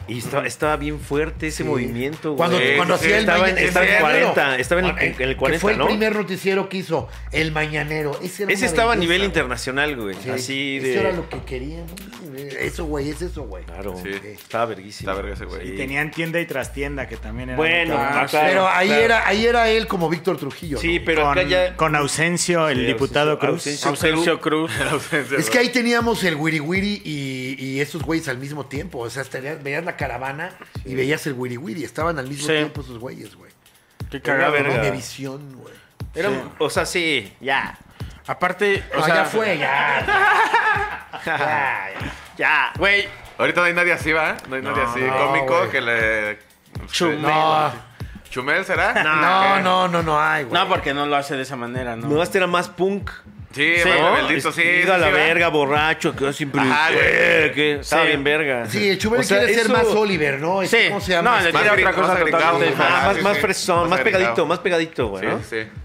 S3: Y estaba, estaba bien fuerte ese movimiento. güey. Eh,
S1: Cuando,
S4: Sí,
S1: cuando
S4: sí,
S1: hacía el
S3: estaba, en,
S1: mañanero.
S3: estaba en 40, estaba en el, en el 40,
S1: Ah, eh, que fue
S3: ¿no?
S1: el primer noticiero que hizo, El Mañanero. Ese, era
S3: Ese
S1: una
S3: estaba a
S1: belleza,
S3: nivel
S1: güey.
S3: internacional, güey.
S1: Sí.
S3: Así de...
S1: Eso era lo que querían. ¿no? Eso, güey, es eso, güey.
S3: Claro.
S4: Sí.
S3: Estaba verguísimo.
S4: Está verga ese güey.
S7: Y tenían tienda y trastienda, que también era.
S3: Bueno,
S7: muy caro.
S3: ah, claro,
S1: pero ahí,
S3: claro.
S1: era, ahí era él como Víctor Trujillo.
S3: Sí,
S1: ¿no?
S3: pero
S7: con,
S3: acá ya...
S7: con Ausencio, el
S3: Sí,
S7: diputado
S3: Ausencio-
S7: Cruz.
S3: Ausencio.
S2: Ausencio Cruz.
S1: Es que ahí teníamos el Wiri Wiri y, y esos güeyes al mismo tiempo. O sea, tenías- veías la caravana y veías el Wiri Wiri. Estaban al mismo
S2: Sí.
S1: tiempo esos güeyes, güey.
S2: Qué cagado.
S1: Cagado,
S2: ¿no?
S1: ¿no? De visión, güey.
S3: Era, O sea, sí, ya.
S2: Aparte, o
S1: O
S2: sea,
S1: Ah, ya fue, ya.
S3: Ya.
S2: Güey,
S4: Ahorita no hay nadie así, ¿va? No hay nadie así.
S1: no,
S4: Cómico
S1: güey.
S4: que le.
S2: Chumel.
S1: No,
S4: ¿Chumel será? Ah,
S1: no, no, no, no hay, güey.
S2: no, porque no lo hace de esa manera, ¿no.
S3: No, este era más punk.
S4: Sí, sí,
S3: ¿no?
S4: rebeldito, sí.
S3: Ido
S4: sí,
S3: a la
S4: sí, va.
S3: verga, borracho, que yo siempre.
S4: Ajá, güey.
S3: Eh, que Estaba
S2: Sí.
S3: bien verga.
S1: Sí, el Chumel
S3: O sea,
S1: quiere ser
S3: eso-
S1: más Oliver, ¿no? Este,
S2: Sí.
S1: ¿Cómo se llama?
S2: No, le
S1: Este,
S4: Más
S2: tira otra
S4: gringo,
S2: cosa
S4: más
S2: totalmente
S4: gringado.
S2: diferente.
S3: Ah, más,
S4: sí,
S3: más
S4: sí.
S3: fresón,
S4: Más
S3: más pegadito,
S4: agregado.
S3: más pegadito, güey.
S4: Sí,
S3: ¿no?
S4: sí.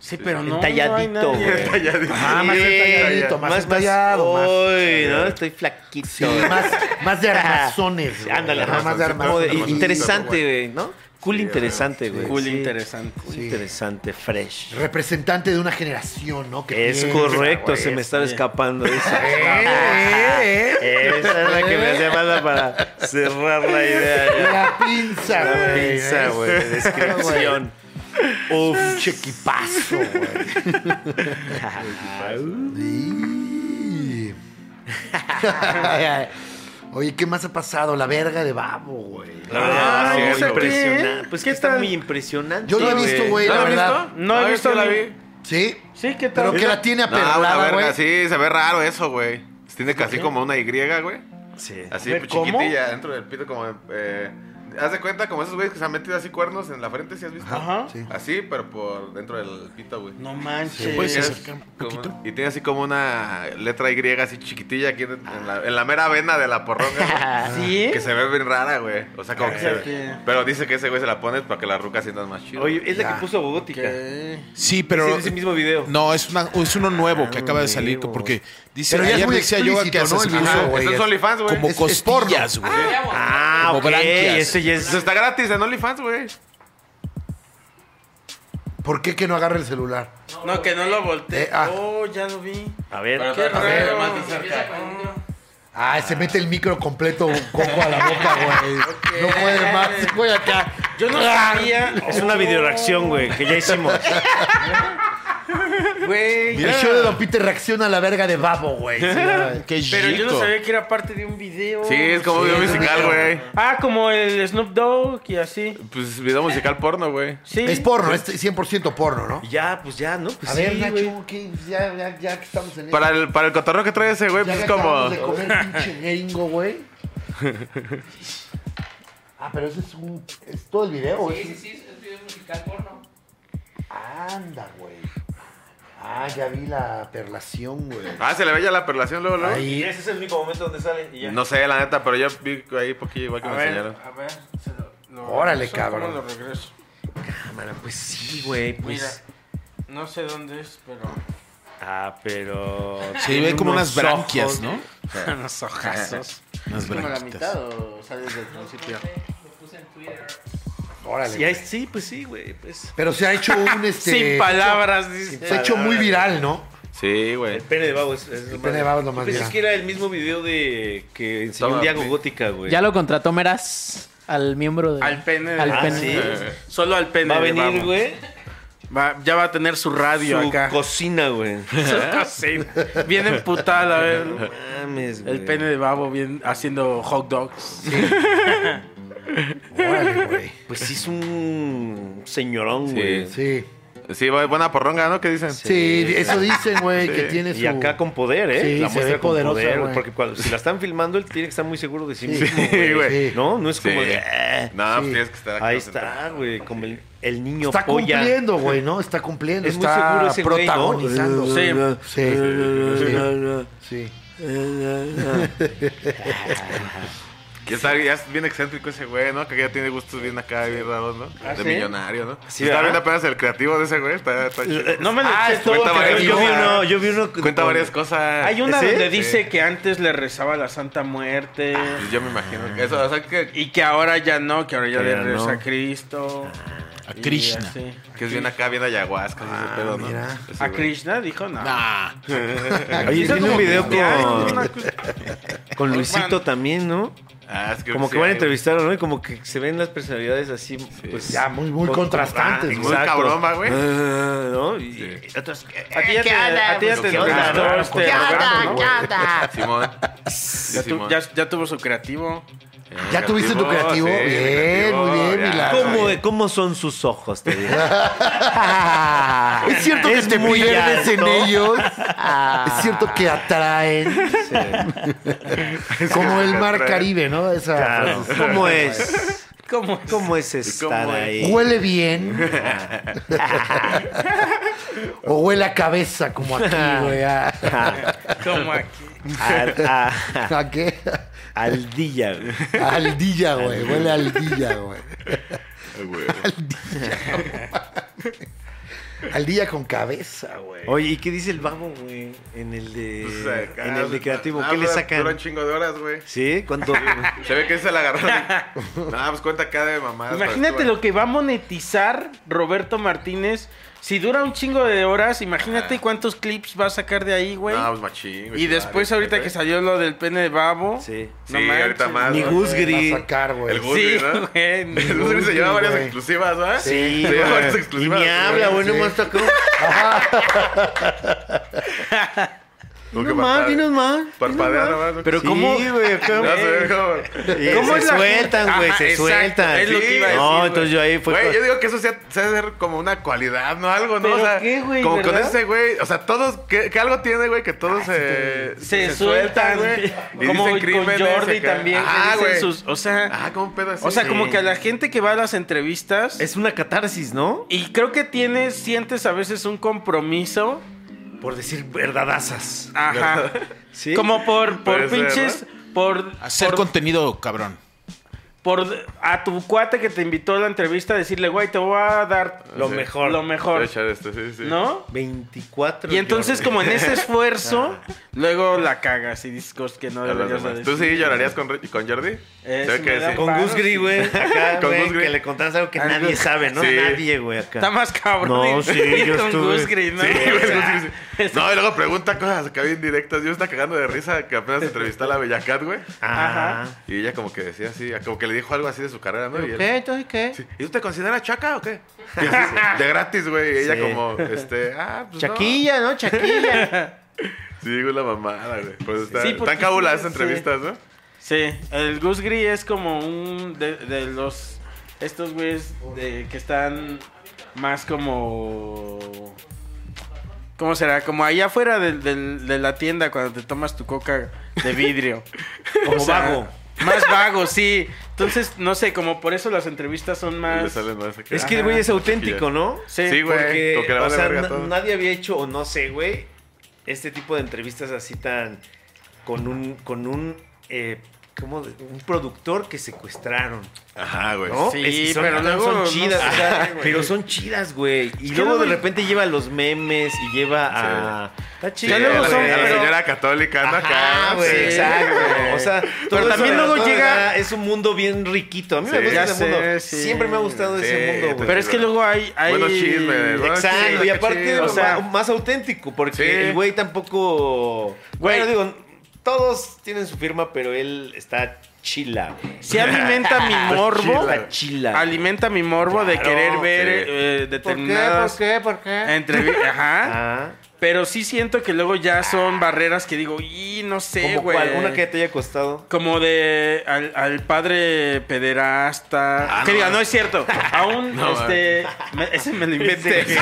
S2: Sí, pero no.
S3: Entalladito,
S2: no hay nadie.
S3: güey.
S4: Talladito.
S1: Ah, más
S3: Sí,
S1: entalladito, más entallado, más-
S3: Uy, ¿no? Estoy flaquito.
S1: Sí, más, más de armazones. güey.
S3: Ándale,
S1: Ajá,
S3: ajá.
S1: más
S3: Como
S1: de
S3: de-
S1: armazones.
S4: armazón.
S3: Interesante, güey, ¿no? Cool,
S4: Sí,
S3: interesante, güey.
S2: Cool,
S3: Sí.
S2: interesante.
S3: Cool, interesante, fresh.
S1: Representante de una generación, ¿no? Que
S3: Es
S1: piensa,
S3: correcto,
S1: güey.
S3: se me estaba
S2: sí.
S3: escapando eso.
S1: Eh, eh, eh.
S3: Esa es la que me hacía falta para cerrar la idea.
S1: La pinza,
S3: La
S1: güey.
S3: pinza, güey, de descripción.
S1: Uf, pinche equipazo, güey. Sí. Oye, ¿qué más ha pasado? La verga de babo, güey.
S3: La verdad,
S2: Ah,
S3: sí,
S2: ¿y
S3: muy
S2: esa qué?
S3: impresionante. Pues que
S2: ¿Qué
S3: está
S2: tal?
S3: muy impresionante.
S1: Yo no he visto, güey,
S4: ¿No
S1: la
S4: la has
S1: verdad.
S4: visto?
S2: No he
S4: yo
S2: visto
S4: la
S2: ni-
S4: vi.
S1: Sí.
S2: Sí, ¿qué tal?
S1: Pero que la tiene
S4: No, una
S1: aperlada,
S4: verga,
S1: "Ah, güey.
S4: sí, se ve raro eso, güey. Tiene casi como una Y, güey.
S3: Sí.
S4: Así, pues,
S7: A ver,
S4: chiquitilla,
S7: ¿cómo?
S4: dentro del pito, como. Eh, Haz de cuenta como esos güeyes que se han metido así cuernos en la frente, ¿sí has visto?
S2: Ajá.
S1: Sí.
S4: Así, pero por dentro del pito, güey.
S2: No manches.
S4: Y tienes como- Y tiene así como una letra Y así chiquitilla aquí en, en la, en la mera vena de la porronga. güey.
S2: Ah, ¿Sí?
S4: Ah, Que se ve bien rara, güey. O sea, como que se ve.
S2: Ok.
S4: Pero dice que ese güey se la pone para que la ruca sienta más chido.
S3: Oye, es la
S1: Ya.
S3: que puso Bogótica.
S2: ¿Qué?
S5: Sí,
S3: Sí,
S5: pero.
S3: es ese mismo video.
S5: No, es, una, es uno nuevo que acaba de salir
S3: Nuevo.
S5: porque dice
S1: Ah, Pero ya es
S5: ayer
S1: muy
S5: decía yoga que
S1: explícito, ¿no?
S5: haces
S1: El
S5: uso,
S1: video,
S5: güey,
S4: Estos son OnlyFans, güey.
S5: como
S1: Es- es
S5: costillas, güey.
S3: Ah,
S5: Como
S3: ok.
S5: branquias.
S3: Ese ya
S4: Pues
S3: es.
S4: está gratis en OnlyFans, güey.
S1: ¿Por qué que no agarra el celular?
S2: No, que no lo volteé.
S1: Eh, ah.
S2: Oh, ya lo vi.
S3: A ver.
S2: Qué raro.
S1: Ah, se mete el micro completo un coco a la boca, güey. No puede más. Güey, acá.
S2: Yo no sabía.
S3: Es una videoreacción, güey, que ya hicimos.
S2: Güey.
S1: El show de Don Peter reacciona a la verga de babo, güey. Sí, güey.
S5: Qué
S2: Pero yo no
S5: chico.
S2: sabía que era parte de un video.
S4: Sí, es como video
S1: es un
S4: musical,
S1: video.
S4: güey.
S2: Ah, como el Snoop Dogg y así.
S4: Pues video musical porno, güey.
S2: Sí.
S1: Es porno, es 100% porno, ¿no?
S3: ya, pues ya, ¿no? Pues
S1: A
S3: sí,
S1: ver,
S3: güey.
S1: Nacho, ¿qué? Pues ya, ya, ya que estamos en
S4: Para el, para el cotorreo que trae ese, güey,
S1: Ya
S4: pues es
S1: que
S4: como.
S1: acabamos de comer pinche gringo, güey. Ah, pero ese es un... ¿Es todo el video? güey. Sí, sí, sí, es video musical porno. Anda, güey. Ah, ya vi la perlación, güey.
S4: Ah, se le ve ya la perlación luego, luego.
S1: Ahí.
S3: Ese es el único momento donde sale y ya.
S4: No sé, la neta, pero yo vi ahí poquillo igual que
S2: A
S4: me
S2: ver,
S4: enseñaron.
S2: a ver. se lo- lo
S1: Órale,
S2: regreso, ¿cómo
S1: cabrón.
S2: lo regreso?
S1: semana.
S3: Pues sí, güey, pues.
S2: Mira, no sé dónde es, pero.
S3: Ah, pero.
S5: Se ve
S3: tiene
S5: como
S3: unos
S5: unas branquias,
S3: ojos.
S5: ¿no?
S2: Unos ojazos.
S5: Unas
S2: ¿Como la
S5: branquias.
S2: mitad o sale desde el principio?
S1: Órale.
S3: Sí, ahí-
S1: güey.
S3: sí, pues sí, güey. Pues.
S1: Pero se ha hecho un este.
S2: Sin palabras,
S1: Se ha
S2: dice.
S1: hecho muy viral, ¿no?
S4: Sí, güey.
S3: El pene de babo es, es lo
S1: El
S3: más-
S1: pene de babo es lo más
S3: Pensé
S1: viral.
S3: que era el mismo video de que enseñó
S4: Toma,
S3: Diago
S4: sí.
S3: Gótica, güey.
S9: Ya lo contrató Meraz al miembro de.
S2: Al pene de
S9: Al
S2: Babo.
S9: pene.
S3: Ah, sí.
S2: Solo al pene.
S3: Va a
S2: de
S3: venir,
S2: Babo.
S3: güey.
S2: Va- ya va a tener su radio
S3: Su
S2: acá.
S3: cocina, güey.
S2: Su cocina. Bien emputada, a ver.
S3: Mames, güey.
S2: El pene de babo bien haciendo hot dogs.
S1: Órale, güey.
S3: Pues sí es un señorón,
S4: Sí.
S3: güey.
S1: Sí.
S4: Sí, bu- buena porronga, ¿no? ¿Qué dicen?
S1: Sí, eso dicen, güey, que tiene su.
S3: Y acá con poder, ¿eh?
S1: Sí,
S3: la
S1: se
S3: muestra
S1: ve
S3: con
S1: poderosa,
S3: poder,
S1: güey.
S3: porque cuando, si la están filmando, él tiene que estar muy seguro de sí mismo.
S4: Sí, güey.
S1: Sí.
S3: No, no es como
S4: Sí.
S3: de. "Ah".
S4: No, pues tienes que estar aquí.
S3: Ahí
S4: concentrado.
S3: está, güey, como el, el niño
S1: Está
S3: polla.
S1: cumpliendo, güey, ¿no? Está cumpliendo.
S3: Es muy
S1: está
S3: seguro ese güey, ¿no?
S1: protagonizando.
S2: Sí.
S1: Sí. Sí.
S4: Ya está, ya es bien excéntrico ese güey, ¿no? Que ya tiene gustos bien acá, bien raros, ¿no? de millonario, ¿no?
S3: Sí,
S4: está
S3: ¿verdad? Eh,
S4: bien apenas el creativo de ese güey. Está, está chido.
S3: No me lo
S2: Ah,
S3: eché
S2: estuvo
S3: todo,
S4: Cuenta
S3: cabrón.
S4: varias
S3: Yo vi
S4: cosas.
S3: uno, yo vi uno.
S4: Cuenta
S3: con-
S4: varias cosas.
S2: Hay una
S3: ¿Sí?
S2: donde
S3: Sí.
S2: dice que antes le rezaba la Santa Muerte.
S4: Pues Yo me imagino que eso, o sea, que,
S2: Y que ahora ya no, que ahora ya
S3: Que
S2: le
S3: ya
S2: reza
S3: no.
S2: a Cristo.
S5: A
S2: Y
S5: Krishna.
S2: así.
S4: que es bien acá, bien ayahuasca, ese pedo, ¿no?
S1: mira.
S4: Ese
S2: ¿A
S4: güey.
S2: Krishna? Dijo no.
S5: Nah.
S3: Oye,
S2: Eso
S3: tiene
S2: como
S3: un video
S2: que hay
S3: con,
S2: una cosa-
S3: con Luisito
S2: Hermano.
S3: también, ¿no?
S4: Ah, es que
S3: Como
S4: sí,
S3: que van a
S4: hay-
S3: entrevistar, ¿no? Y como que se ven las personalidades así, pues...
S1: Ya, muy, muy contrastantes,
S4: Muy
S1: güey.
S4: cabrón, va, güey.
S3: Ah, ¿No? Y, y otros... eh,
S2: A ti ya te, a ti ya
S4: Pues,
S2: te
S4: ¿qué onda?
S2: entrevistó este Roberto, ¿no?
S4: Simón.
S2: Ya,
S4: Sí,
S2: tu-
S4: Simón.
S2: ya- ya tuvo su creativo.
S1: ¿Ya tuviste tu creativo?
S4: sí,
S1: Bien,
S4: mi creativo,
S1: muy bien,
S4: ya,
S1: Milagro.
S4: güey.
S3: ¿Cómo, ¿Cómo son sus ojos, te digo?
S1: Es cierto que
S3: Es
S1: te
S3: muy
S1: pierdes
S3: alto.
S1: en ellos. Es cierto que atraen. Como el mar
S4: atraen.
S1: Caribe, ¿no? Esa
S3: Claro.
S1: frase.
S3: ¿Cómo es?
S2: ¿Cómo?
S3: ¿Cómo es estar
S4: ¿Cómo es?
S3: ahí?
S1: Huele bien. o huele a cabeza, como aquí, güey. ¿A,
S2: ¿Cómo aquí?
S3: Al, a-
S1: a qué?
S3: al día, güey.
S1: A Aldilla, güey. Huele a aldilla, güey.
S4: Ay, güey.
S1: Aldilla con cabeza, güey.
S3: Oye, ¿y qué dice el babo, güey? En el de...
S4: Pues, acá,
S3: en el de creativo.
S4: ah,
S3: ¿Qué le
S4: dura- Dura
S3: sacan?
S4: un chingo de horas, güey.
S3: ¿Sí? ¿Cuánto?
S4: Se ve que se la agarraron. Nada, pues cuenta acá de mamadas.
S2: Imagínate lo que va a monetizar Roberto Martínez. Si dura un chingo de horas, imagínate cuántos clips va a sacar de ahí, güey.
S4: No, pues machín, güey,
S2: y después,
S4: madre,
S2: ahorita
S4: güey.
S2: que salió lo del pene de babo.
S3: Sí.
S4: Sí, ahorita más.
S3: Ni
S4: ¿no?
S3: Gus
S1: Va a
S3: Gris.
S1: sacar, güey.
S4: El Gus
S2: Sí,
S4: Gris, ¿no?
S2: güey. ni
S4: El Gus Gris se lleva varias
S1: güey.
S4: exclusivas, ¿verdad?
S3: Sí,
S4: Se lleva varias
S3: güey. Y
S4: exclusivas.
S3: ni habla, güey. No
S1: Sí.
S3: más tocó.
S4: Como que
S3: más,
S4: parpadea-
S3: dinos más.
S4: Parpadea nomás. ¿no?
S2: Pero
S3: Sí,
S2: cómo.
S3: güey, acá-
S4: No sé, cómo-
S3: Y
S2: ¿Cómo
S3: se
S2: es la gente?
S3: sueltan, güey,
S4: Ah,
S2: Ajá,
S3: se
S2: exacto,
S3: sueltan.
S2: es lo que iba a
S3: no,
S2: decir,
S3: entonces
S2: güey.
S3: yo ahí fue.
S4: Güey,
S3: con-
S4: yo digo que eso se ha, se ha de ser como una cualidad, ¿no? Algo, ¿no?
S2: ¿Pero
S4: o sea,
S2: qué, güey,
S4: como con
S2: verdad?
S4: ese güey. O sea, todos, que, que algo tiene, güey, que todos se,
S2: Se sueltan, güey.
S4: Y
S2: Como
S4: dicen
S2: con
S4: crímenes
S2: Jordi
S4: acá.
S2: también. que
S4: Ah,
S2: dicen
S4: güey.
S2: sus- o sea,
S4: Ah, como un pedo así.
S2: o sea como
S4: Sí.
S2: que a la gente que va a las entrevistas.
S3: Es una catarsis, ¿no?
S2: Y creo que tienes, sientes a veces un compromiso.
S3: Por decir verdadazas.
S2: Ajá.
S3: Sí.
S2: Como por, por
S4: Puede ser,
S2: pinches. Por,
S5: Hacer
S2: por,
S5: contenido, cabrón.
S2: por a tu cuate que te invitó a la entrevista, decirle, güey, te voy a dar
S3: Lo mejor.
S2: Lo
S4: Voy a
S2: mejor.
S4: echar esto, sí, sí.
S2: ¿No?
S3: 24.
S2: Y entonces,
S3: Jordi.
S2: como en ese esfuerzo, luego la cagas y dices cosas que no
S4: A los
S2: deberías de
S4: demás.
S2: decir.
S4: ¿Tú sí llorarías con, Ri- con Jordi?
S2: Eh,
S4: Se ve
S2: sí
S4: que
S2: me da
S4: sí.
S3: Con Gus Gris, güey. Acá,
S4: Con
S3: güey,
S4: Gus Gris.
S3: que le contás algo que
S2: Ah,
S3: nadie
S2: Gus-
S3: sabe, ¿no?
S4: Sí.
S3: Nadie, güey, acá.
S2: Está más cabrón.
S3: No,
S2: ir-
S3: sí,
S2: ir
S3: yo
S2: con
S3: estuve-
S2: Gus Gris, ¿no?
S4: Sí,
S2: O
S4: güey,
S2: sea,
S4: Gus Gris. No, y luego pregunta cosas acá bien directas. Yo estaba cagando de risa que apenas entrevisté a la Bellacat, güey.
S3: Ajá.
S4: Y ella como que decía así, como que le dijo algo así de su carrera, ¿no? Y él,
S2: ¿Qué? ¿Entonces qué?
S4: Sí. ¿Y tú te consideras chaca o qué? Y así, De gratis, güey. Y ella
S3: Sí.
S4: como, este, ah, pues
S3: Chaquilla, ¿no? Chaquilla.
S4: No. Sí, güey, la mamada, güey. Pues está,
S2: Sí, porque
S4: están cabulas
S2: sí,
S4: esas entrevistas, ¿no?
S2: Sí, el Gus Gris es como un de, de los estos güeyes de que están más como ¿Cómo será? Como allá afuera del- del- de la tienda cuando te tomas tu coca de vidrio.
S3: Como vago.
S2: Más vago, sí. Entonces, no sé, como por eso las entrevistas son
S4: Y le
S2: más...
S4: salen más acá.
S3: Es que el güey es auténtico, ¿no?
S2: Sí,
S4: Sí, güey.
S3: Porque,
S4: como que le
S3: o
S4: vale
S3: sea,
S4: verga
S3: na-
S4: todo.
S3: nadie había hecho, o no sé, güey, este tipo de entrevistas así tan. con un. con un. eh, como de- un productor que secuestraron.
S4: Ajá, güey.
S3: ¿no?
S2: Sí,
S3: Es que
S2: pero luego
S3: son
S2: no
S3: chidas, o
S2: sé,
S3: sea,
S2: güey.
S3: pero son chidas, güey. Y
S2: que
S3: luego de
S2: luego-
S3: repente lleva los memes y lleva a. Está
S4: Sí,
S3: chido.
S4: a
S2: luego
S4: la,
S2: son-
S4: a la
S2: pero-
S4: señora católica, ¿no?
S3: Ajá,
S4: Acá,
S3: güey,
S4: sí.
S3: exacto. O sea,
S4: Pero
S3: todo
S4: también
S3: eso-
S4: luego
S3: todo
S4: llega-
S3: era- Es un mundo bien riquito. A mí me
S4: Sí,
S3: gusta
S4: ya
S3: ese
S2: sé,
S3: mundo.
S2: sí.
S3: Siempre me ha gustado ese
S4: Sí,
S3: mundo, güey.
S2: Pero es que luego hay. hay...
S4: Buenos chismes, ¿no?
S3: Exacto,
S4: Sí,
S3: y
S4: qué
S3: aparte
S4: chido.
S3: o sea,
S2: o sea,
S3: más auténtico, porque
S4: Sí.
S3: el güey tampoco...
S2: Güey.
S3: Bueno, digo, todos tienen su firma, pero él está chila. güey.
S2: Si alimenta mi morbo.
S3: Está chila. güey.
S2: Alimenta mi morbo de
S3: Claro,
S2: querer ver
S4: sí.
S2: eh, determinadas
S9: qué? ¿Por qué?
S2: entrevi- Ajá.
S3: Ah,
S2: Pero sí siento que luego
S4: Ah.
S2: ya son barreras que digo, y no sé,
S3: como
S2: güey.
S3: cual, una que te haya costado.
S2: Como de al, al padre
S4: Ah,
S2: pederasta. que diga, no es cierto. Aún este. me- ese me lo inventé. Ese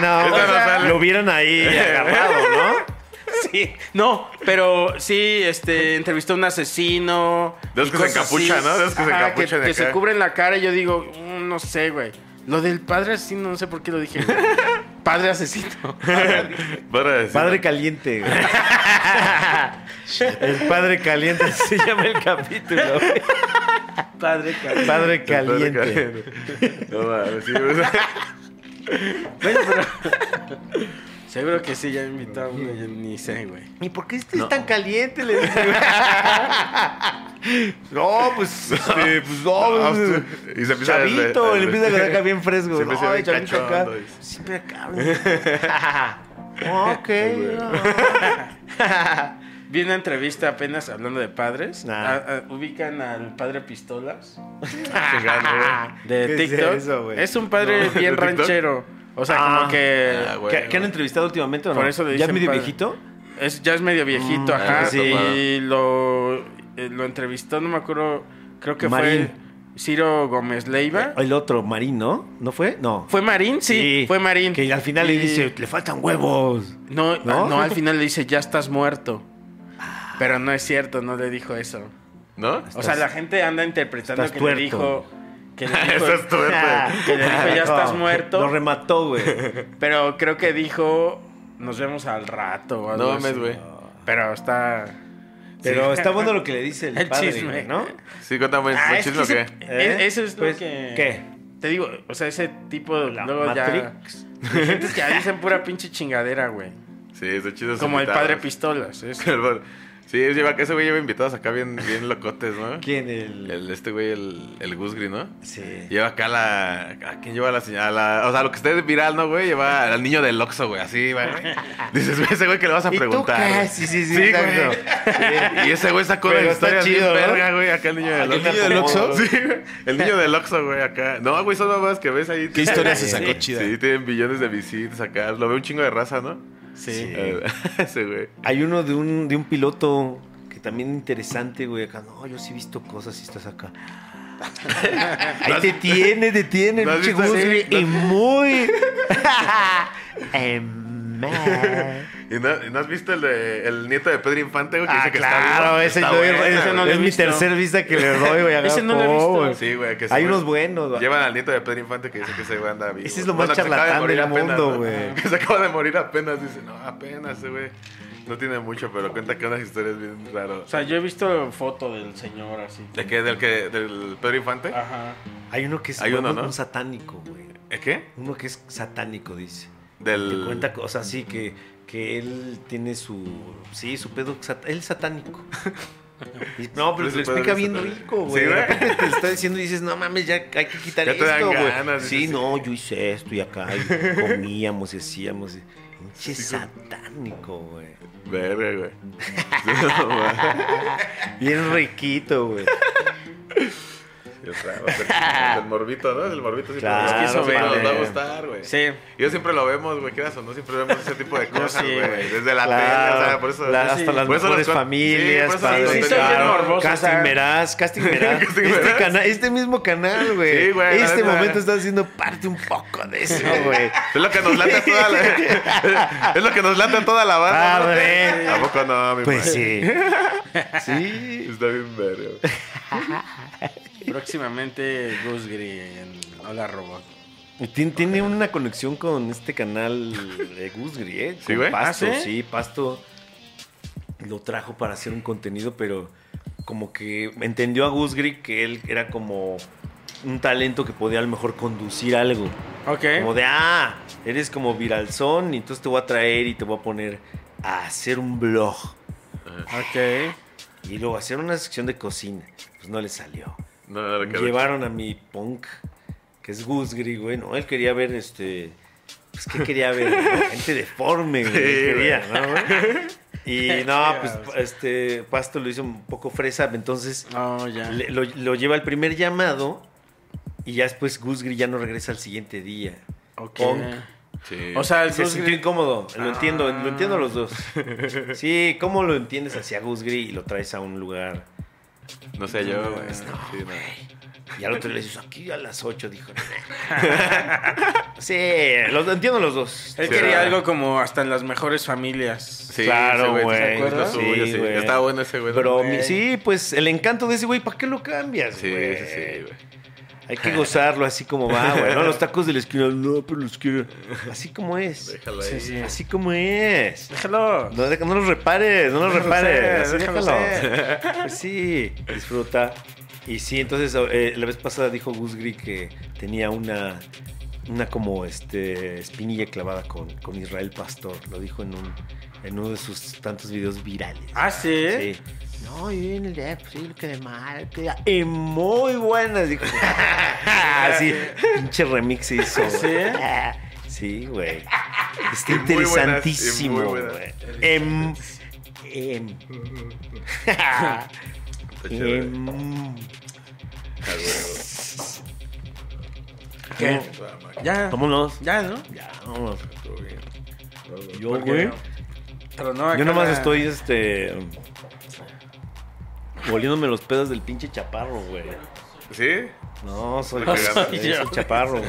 S3: Sí,
S2: no existe.
S3: no,
S2: O sea,
S3: lo hubieran ahí agarrado, ¿no?
S2: sí. No, pero sí, este, entrevistó a un asesino.
S4: De los
S2: y
S4: que se
S2: cosas así.
S4: encapuchan, ¿no? De los que se
S2: Ajá,
S4: encapuchan
S2: Que, que
S4: acá.
S2: se cubren la cara y yo digo, "Mm, no sé, güey. Lo del padre asesino, no sé por qué lo dije. güey. padre asesino.
S4: Para decir-
S3: Padre caliente. güey. el padre caliente así se llama el capítulo. güey.
S2: padre, cabrón.
S3: Padre
S4: Padre
S3: caliente.
S4: caliente. No mames, sí, o sea,
S2: Bueno, pero- Seguro que sí, ya me invitó a uno, yo ni sé, güey.
S3: ¿Y por qué este es tan caliente? Le dice, güey. No, pues, este, pues no,
S4: no,
S3: pues,
S4: usted- y se empieza a-
S3: chavito,
S4: a-
S3: le empieza a quedar acá bien fresco.
S4: Se
S3: ¿no?
S4: empieza a
S3: Ay,
S4: ver
S3: chavito acá.
S4: cachondo, dice.
S3: Siempre acá. güey. ok. ah.
S2: Vi una entrevista apenas hablando de padres.
S3: Ah.
S2: A- a- ubican al padre Pistolas
S4: chingando, güey.
S2: de
S3: ¿Qué es
S2: TikTok. Es,
S3: eso, güey?
S2: un padre
S4: No,
S2: bien
S4: ¿de TikTok?
S2: ranchero. O sea,
S3: Ah.
S2: como que
S4: Ah, güey.
S3: ¿Que, que han entrevistado últimamente o no?
S2: Por eso le
S3: ¿Ya
S2: dicen
S3: medio
S2: padre.
S3: viejito?
S2: es, ya es medio
S3: Mm,
S2: viejito, ajá.
S4: eso,
S2: Y lo, eh, lo entrevistó, no me acuerdo, creo que
S3: Marín. Eh,
S2: fue Ciro Gómez Leiva.
S3: El otro, Marín, ¿no? ¿No fue? No.
S2: ¿Fue Marín? Sí, fue Marín.
S3: Que al final
S2: Y-
S3: le dice, le faltan huevos.
S2: No,
S3: ¿No?
S2: ¿No? al final le dice, ya estás muerto. Pero no es cierto, no le dijo eso.
S4: ¿No?
S2: o sea, la gente anda interpretando
S3: estás
S2: que
S3: tuerto.
S2: le dijo... Que le dijo,
S4: Eso es tuerto.
S2: que le dijo, ya estás muerto.
S3: Lo remató, güey.
S2: Pero creo que dijo, nos vemos al rato. o algo
S4: No
S2: así.
S4: mames, güey.
S2: Pero está...
S3: Pero
S2: Sí.
S3: está bueno lo que le dice el,
S2: El
S3: padre,
S2: chisme.
S3: güey, ¿no?
S4: Sí, cuéntame,
S2: Ah,
S4: ¿el
S2: es
S4: chisme o
S2: que
S4: qué?
S2: ese- e- Eso es lo
S3: Pues,
S2: que...
S3: ¿Qué?
S2: Te digo, o sea, ese tipo
S3: La
S2: luego
S3: Matrix.
S2: ya... Hay gente que dicen pura pinche chingadera, güey.
S4: Sí, está chido. esos
S2: Como el
S4: invitados.
S2: padre pistolas. es-
S4: El padre- Sí, él lleva- ese güey lleva invitados acá bien, bien locotes, ¿no?
S3: ¿Quién? El...
S4: El, este güey, el, el Gusgri, ¿no?
S3: Sí.
S4: Lleva acá la. ¿A quién lleva la señora? La- o sea, lo que esté viral, ¿no, güey? Lleva al niño del Oxxo, güey. Así, güey. Dices, güey, ese güey que le vas a preguntar. güey.
S3: Sí, sí, sí,
S4: Sí,
S3: exacto.
S4: güey. Y ese güey sacó
S3: Pero
S4: la
S3: está
S4: historia
S3: chido,
S4: bien
S3: ¿no?
S4: verga, güey. Acá el niño del
S3: ¿el
S4: Oxxo.
S3: niño del Oxxo?
S4: Sí, güey. El niño del Oxxo, güey, acá. No, güey, son nomás que ves ahí.
S5: ¿Qué historia se sacó
S4: Sí,
S5: chida?
S4: Sí, tienen billones de visitas acá. Lo ve un chingo de raza, ¿no?
S2: Sí.
S4: Eh, ese güey.
S3: Hay uno de un, de un piloto que también interesante, güey. Acá, no, yo sí he visto cosas y estás acá. Ahí te tiene, te tiene,
S4: ¿No has
S3: pinche
S4: visto
S3: Guzri,
S4: así?
S3: Y muy. Em, eh.
S4: ¿Y no, y no has visto el, de- el nieto de Pedro Infante, güey? Que
S3: ah,
S4: dice que está
S3: claro,
S4: vivo?
S3: ese
S4: Está
S3: yo-
S4: buena,
S3: ese
S4: güey.
S2: no lo he
S3: es mi
S2: visto.
S3: tercer vista que le doy, güey.
S2: Ese no lo he
S3: agarro,
S2: visto.
S3: güey.
S4: Sí, güey. que ese
S3: Hay
S4: güey-
S3: unos buenos, güey.
S4: Llevan al nieto de Pedro Infante que dice que ese güey anda vivo.
S3: Ese es lo más
S4: que se acaba de
S3: charlatán
S4: morir
S3: del
S4: apenas,
S3: mundo,
S4: ¿no?
S3: güey.
S4: Que se acaba de morir apenas. Dice, no, apenas, ese güey. No tiene mucho, pero cuenta que unas historias bien raras.
S2: O sea, yo he visto foto del señor así.
S4: ¿De qué? ¿Del, que, del Pedro Infante?
S2: Ajá.
S3: Hay uno que es
S4: Hay
S3: un-
S4: uno, ¿no?
S3: un satánico, güey.
S4: ¿Es qué?
S3: Uno que es satánico, dice.
S4: Del...
S3: Te cuenta cosas así que, que él tiene su. Sí, su pedo. sat- Él satánico. Y- No, pero
S4: Es
S3: te lo
S4: su pedo
S3: explica
S4: satánico.
S3: bien rico, güey.
S4: Sí,
S3: De
S4: güey.
S3: repente te lo está diciendo y dices, no mames, ya hay que quitar
S4: Ya te dan
S3: esto, güey.
S4: ganas,
S3: Sí,
S4: dices,
S3: no, yo hice esto y acá y comíamos y hacíamos. y- Pinche satánico, güey.
S4: Verga, güey. Sí, no, güey.
S3: Bien riquito, güey.
S4: Sí, o sea, va a ser- El morbito, ¿no? El morbito siempre
S3: Claro,
S4: es que eso, güey,
S3: vale.
S4: nos va a gustar, güey.
S2: Sí.
S4: Yo siempre lo vemos, güey, quieras o no, siempre vemos ese tipo de cosas,
S2: sí,
S4: güey.
S2: güey.
S4: Desde la
S3: Claro,
S4: tele, o sea, por eso.
S3: la-
S4: Sí.
S3: hasta las
S4: Por eso
S3: mejores
S4: los cuen- sí, por
S3: familias,
S4: eso
S3: padre.
S4: los
S2: Sí, soy
S4: contenidos-
S2: bien morboso,
S3: Casting
S2: o sea.
S3: Verás, Casting Verás.
S4: Casting
S3: este,
S4: Verás.
S3: cana- este mismo canal, güey.
S4: Sí, güey, la
S3: Este
S4: neta.
S3: momento está haciendo parte un poco de eso, güey.
S4: Es lo que nos lata toda la... es lo que nos lata toda la banda. ¿no?
S3: Padre.
S4: ¿A poco no, mi
S3: Pues
S4: madre?
S3: sí. Sí.
S4: Está bien verga. güey.
S2: Próximamente Gus Gris en Hola Robot.
S3: Y tien- Tiene una conexión con este canal de Gusgri, ¿eh?
S4: Sí,
S3: Con
S4: güey.
S3: Pasto,
S2: ¿Ah, sí?
S3: sí, Pasto lo trajo para hacer un contenido, pero como que entendió a Gus Grig que él era como un talento que podía a lo mejor conducir algo.
S2: Ok.
S3: Como de, ah, eres como viralzón y entonces te voy a traer y te voy a poner a hacer un blog.
S2: Ok.
S3: Y luego hacer una sección de cocina. Pues no le salió.
S4: No, no, no, que-
S3: Llevaron a mi punk, que es Gusgri, güey, ¿no? Él quería ver, este... Pues, ¿qué quería ver? güey? Gente deforme, güey. quería, ¿no, güey? Y no, pues, este... Pasto lo hizo un poco fresa, entonces...
S2: No, ya.
S3: le- lo, lo lleva al primer llamado y ya después Gusgri ya no regresa al siguiente día.
S2: Ok.
S3: Punk.
S4: Sí.
S2: O sea, el
S3: Se
S2: Gus
S3: sintió
S2: Gris-
S3: incómodo, lo entiendo,
S2: Ah.
S3: lo entiendo los dos. Sí, ¿cómo lo entiendes hacia Gusgri y lo traes a un lugar?
S4: no sé yo, güey. Sí, no.
S3: Y al otro le dices, aquí a las 8, dijo. sí, los, entiendo los dos.
S2: Él
S4: Sí,
S2: quería
S4: ah.
S2: algo como hasta en las mejores familias.
S4: Sí,
S3: Claro,
S4: ese
S3: güey,
S4: ¿te acuerdas?
S3: sí,
S4: Lo suyo, sí.
S3: güey.
S4: Está bueno ese güey.
S3: Pero
S4: Sí,
S3: mi- sí, pues el encanto de ese güey, ¿para qué lo cambias?
S4: sí,
S3: güey?
S4: sí, sí, güey.
S3: Hay que gozarlo así como va, güey. No, los tacos de la esquina, no, pero los quiero. Así como es.
S4: Déjalo ahí.
S3: Así como es.
S2: Déjalo.
S3: No, deja- no los repares, no los repares.
S2: ser,
S3: así
S2: déjalo
S3: déjalo. Pues sí, disfruta. Y sí, entonces eh, la vez pasada dijo Gusgri que tenía una una como este espinilla clavada con, con Israel Pastor. Lo dijo en un en uno de sus tantos videos virales.
S2: Ah, sí.
S3: Sí. ¿Eh? No, yo en el de, pues sí, lo que de mal, que de- eh, muy buenas, dijo. Así, Ah, pinche remix se hizo. güey.
S2: ¿Sí?
S3: Sí, güey. Está
S4: Y muy buenas, y muy
S3: interesantísimo,
S4: buenas.
S3: güey. Em, em.
S4: Está chido, güey.
S3: Em.
S2: ¿Qué? Ya.
S3: Vámonos.
S2: Ya, ¿no?
S3: Ya, vámonos. Yo,
S2: Porque-
S3: güey.
S2: Pero no, acá
S3: Yo nomás
S2: la-
S3: estoy, este. Oliéndome los pedos del pinche chaparro, güey.
S4: ¿Sí?
S3: No, soy,
S4: Soy
S3: soy
S2: yo.
S3: ese chaparro, güey.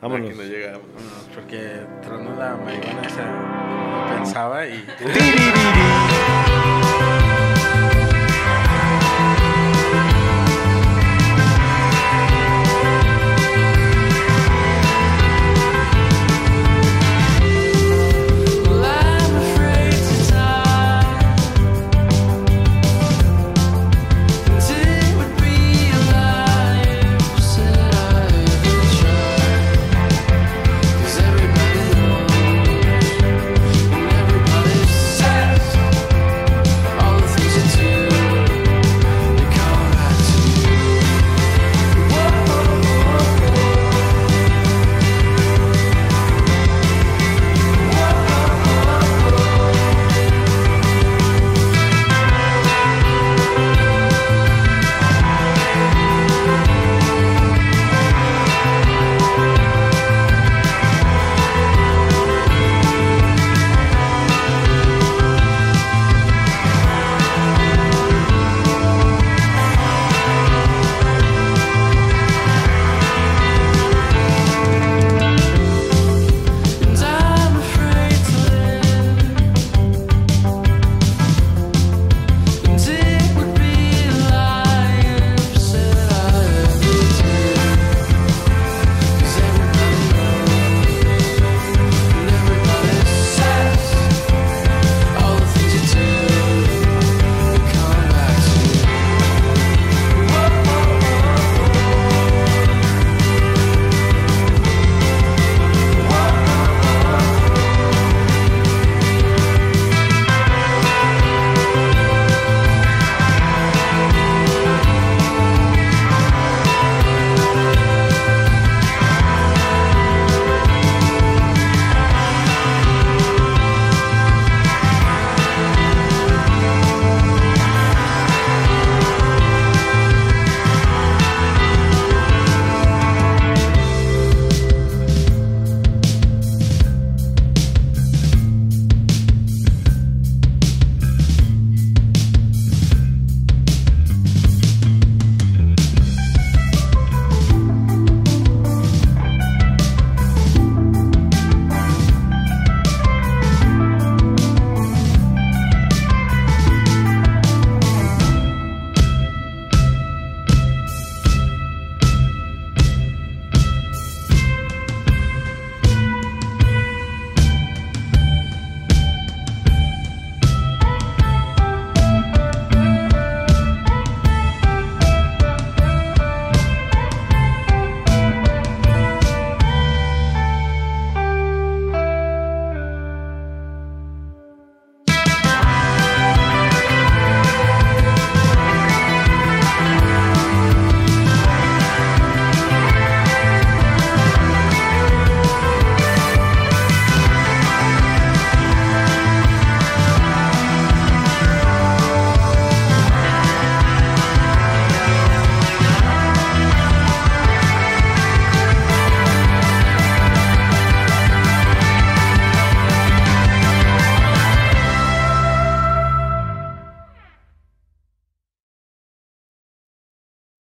S3: Vámonos.
S4: Aquí no llega.
S2: Porque tronó la marihuana esa. como No pensaba y.
S3: Piririrí.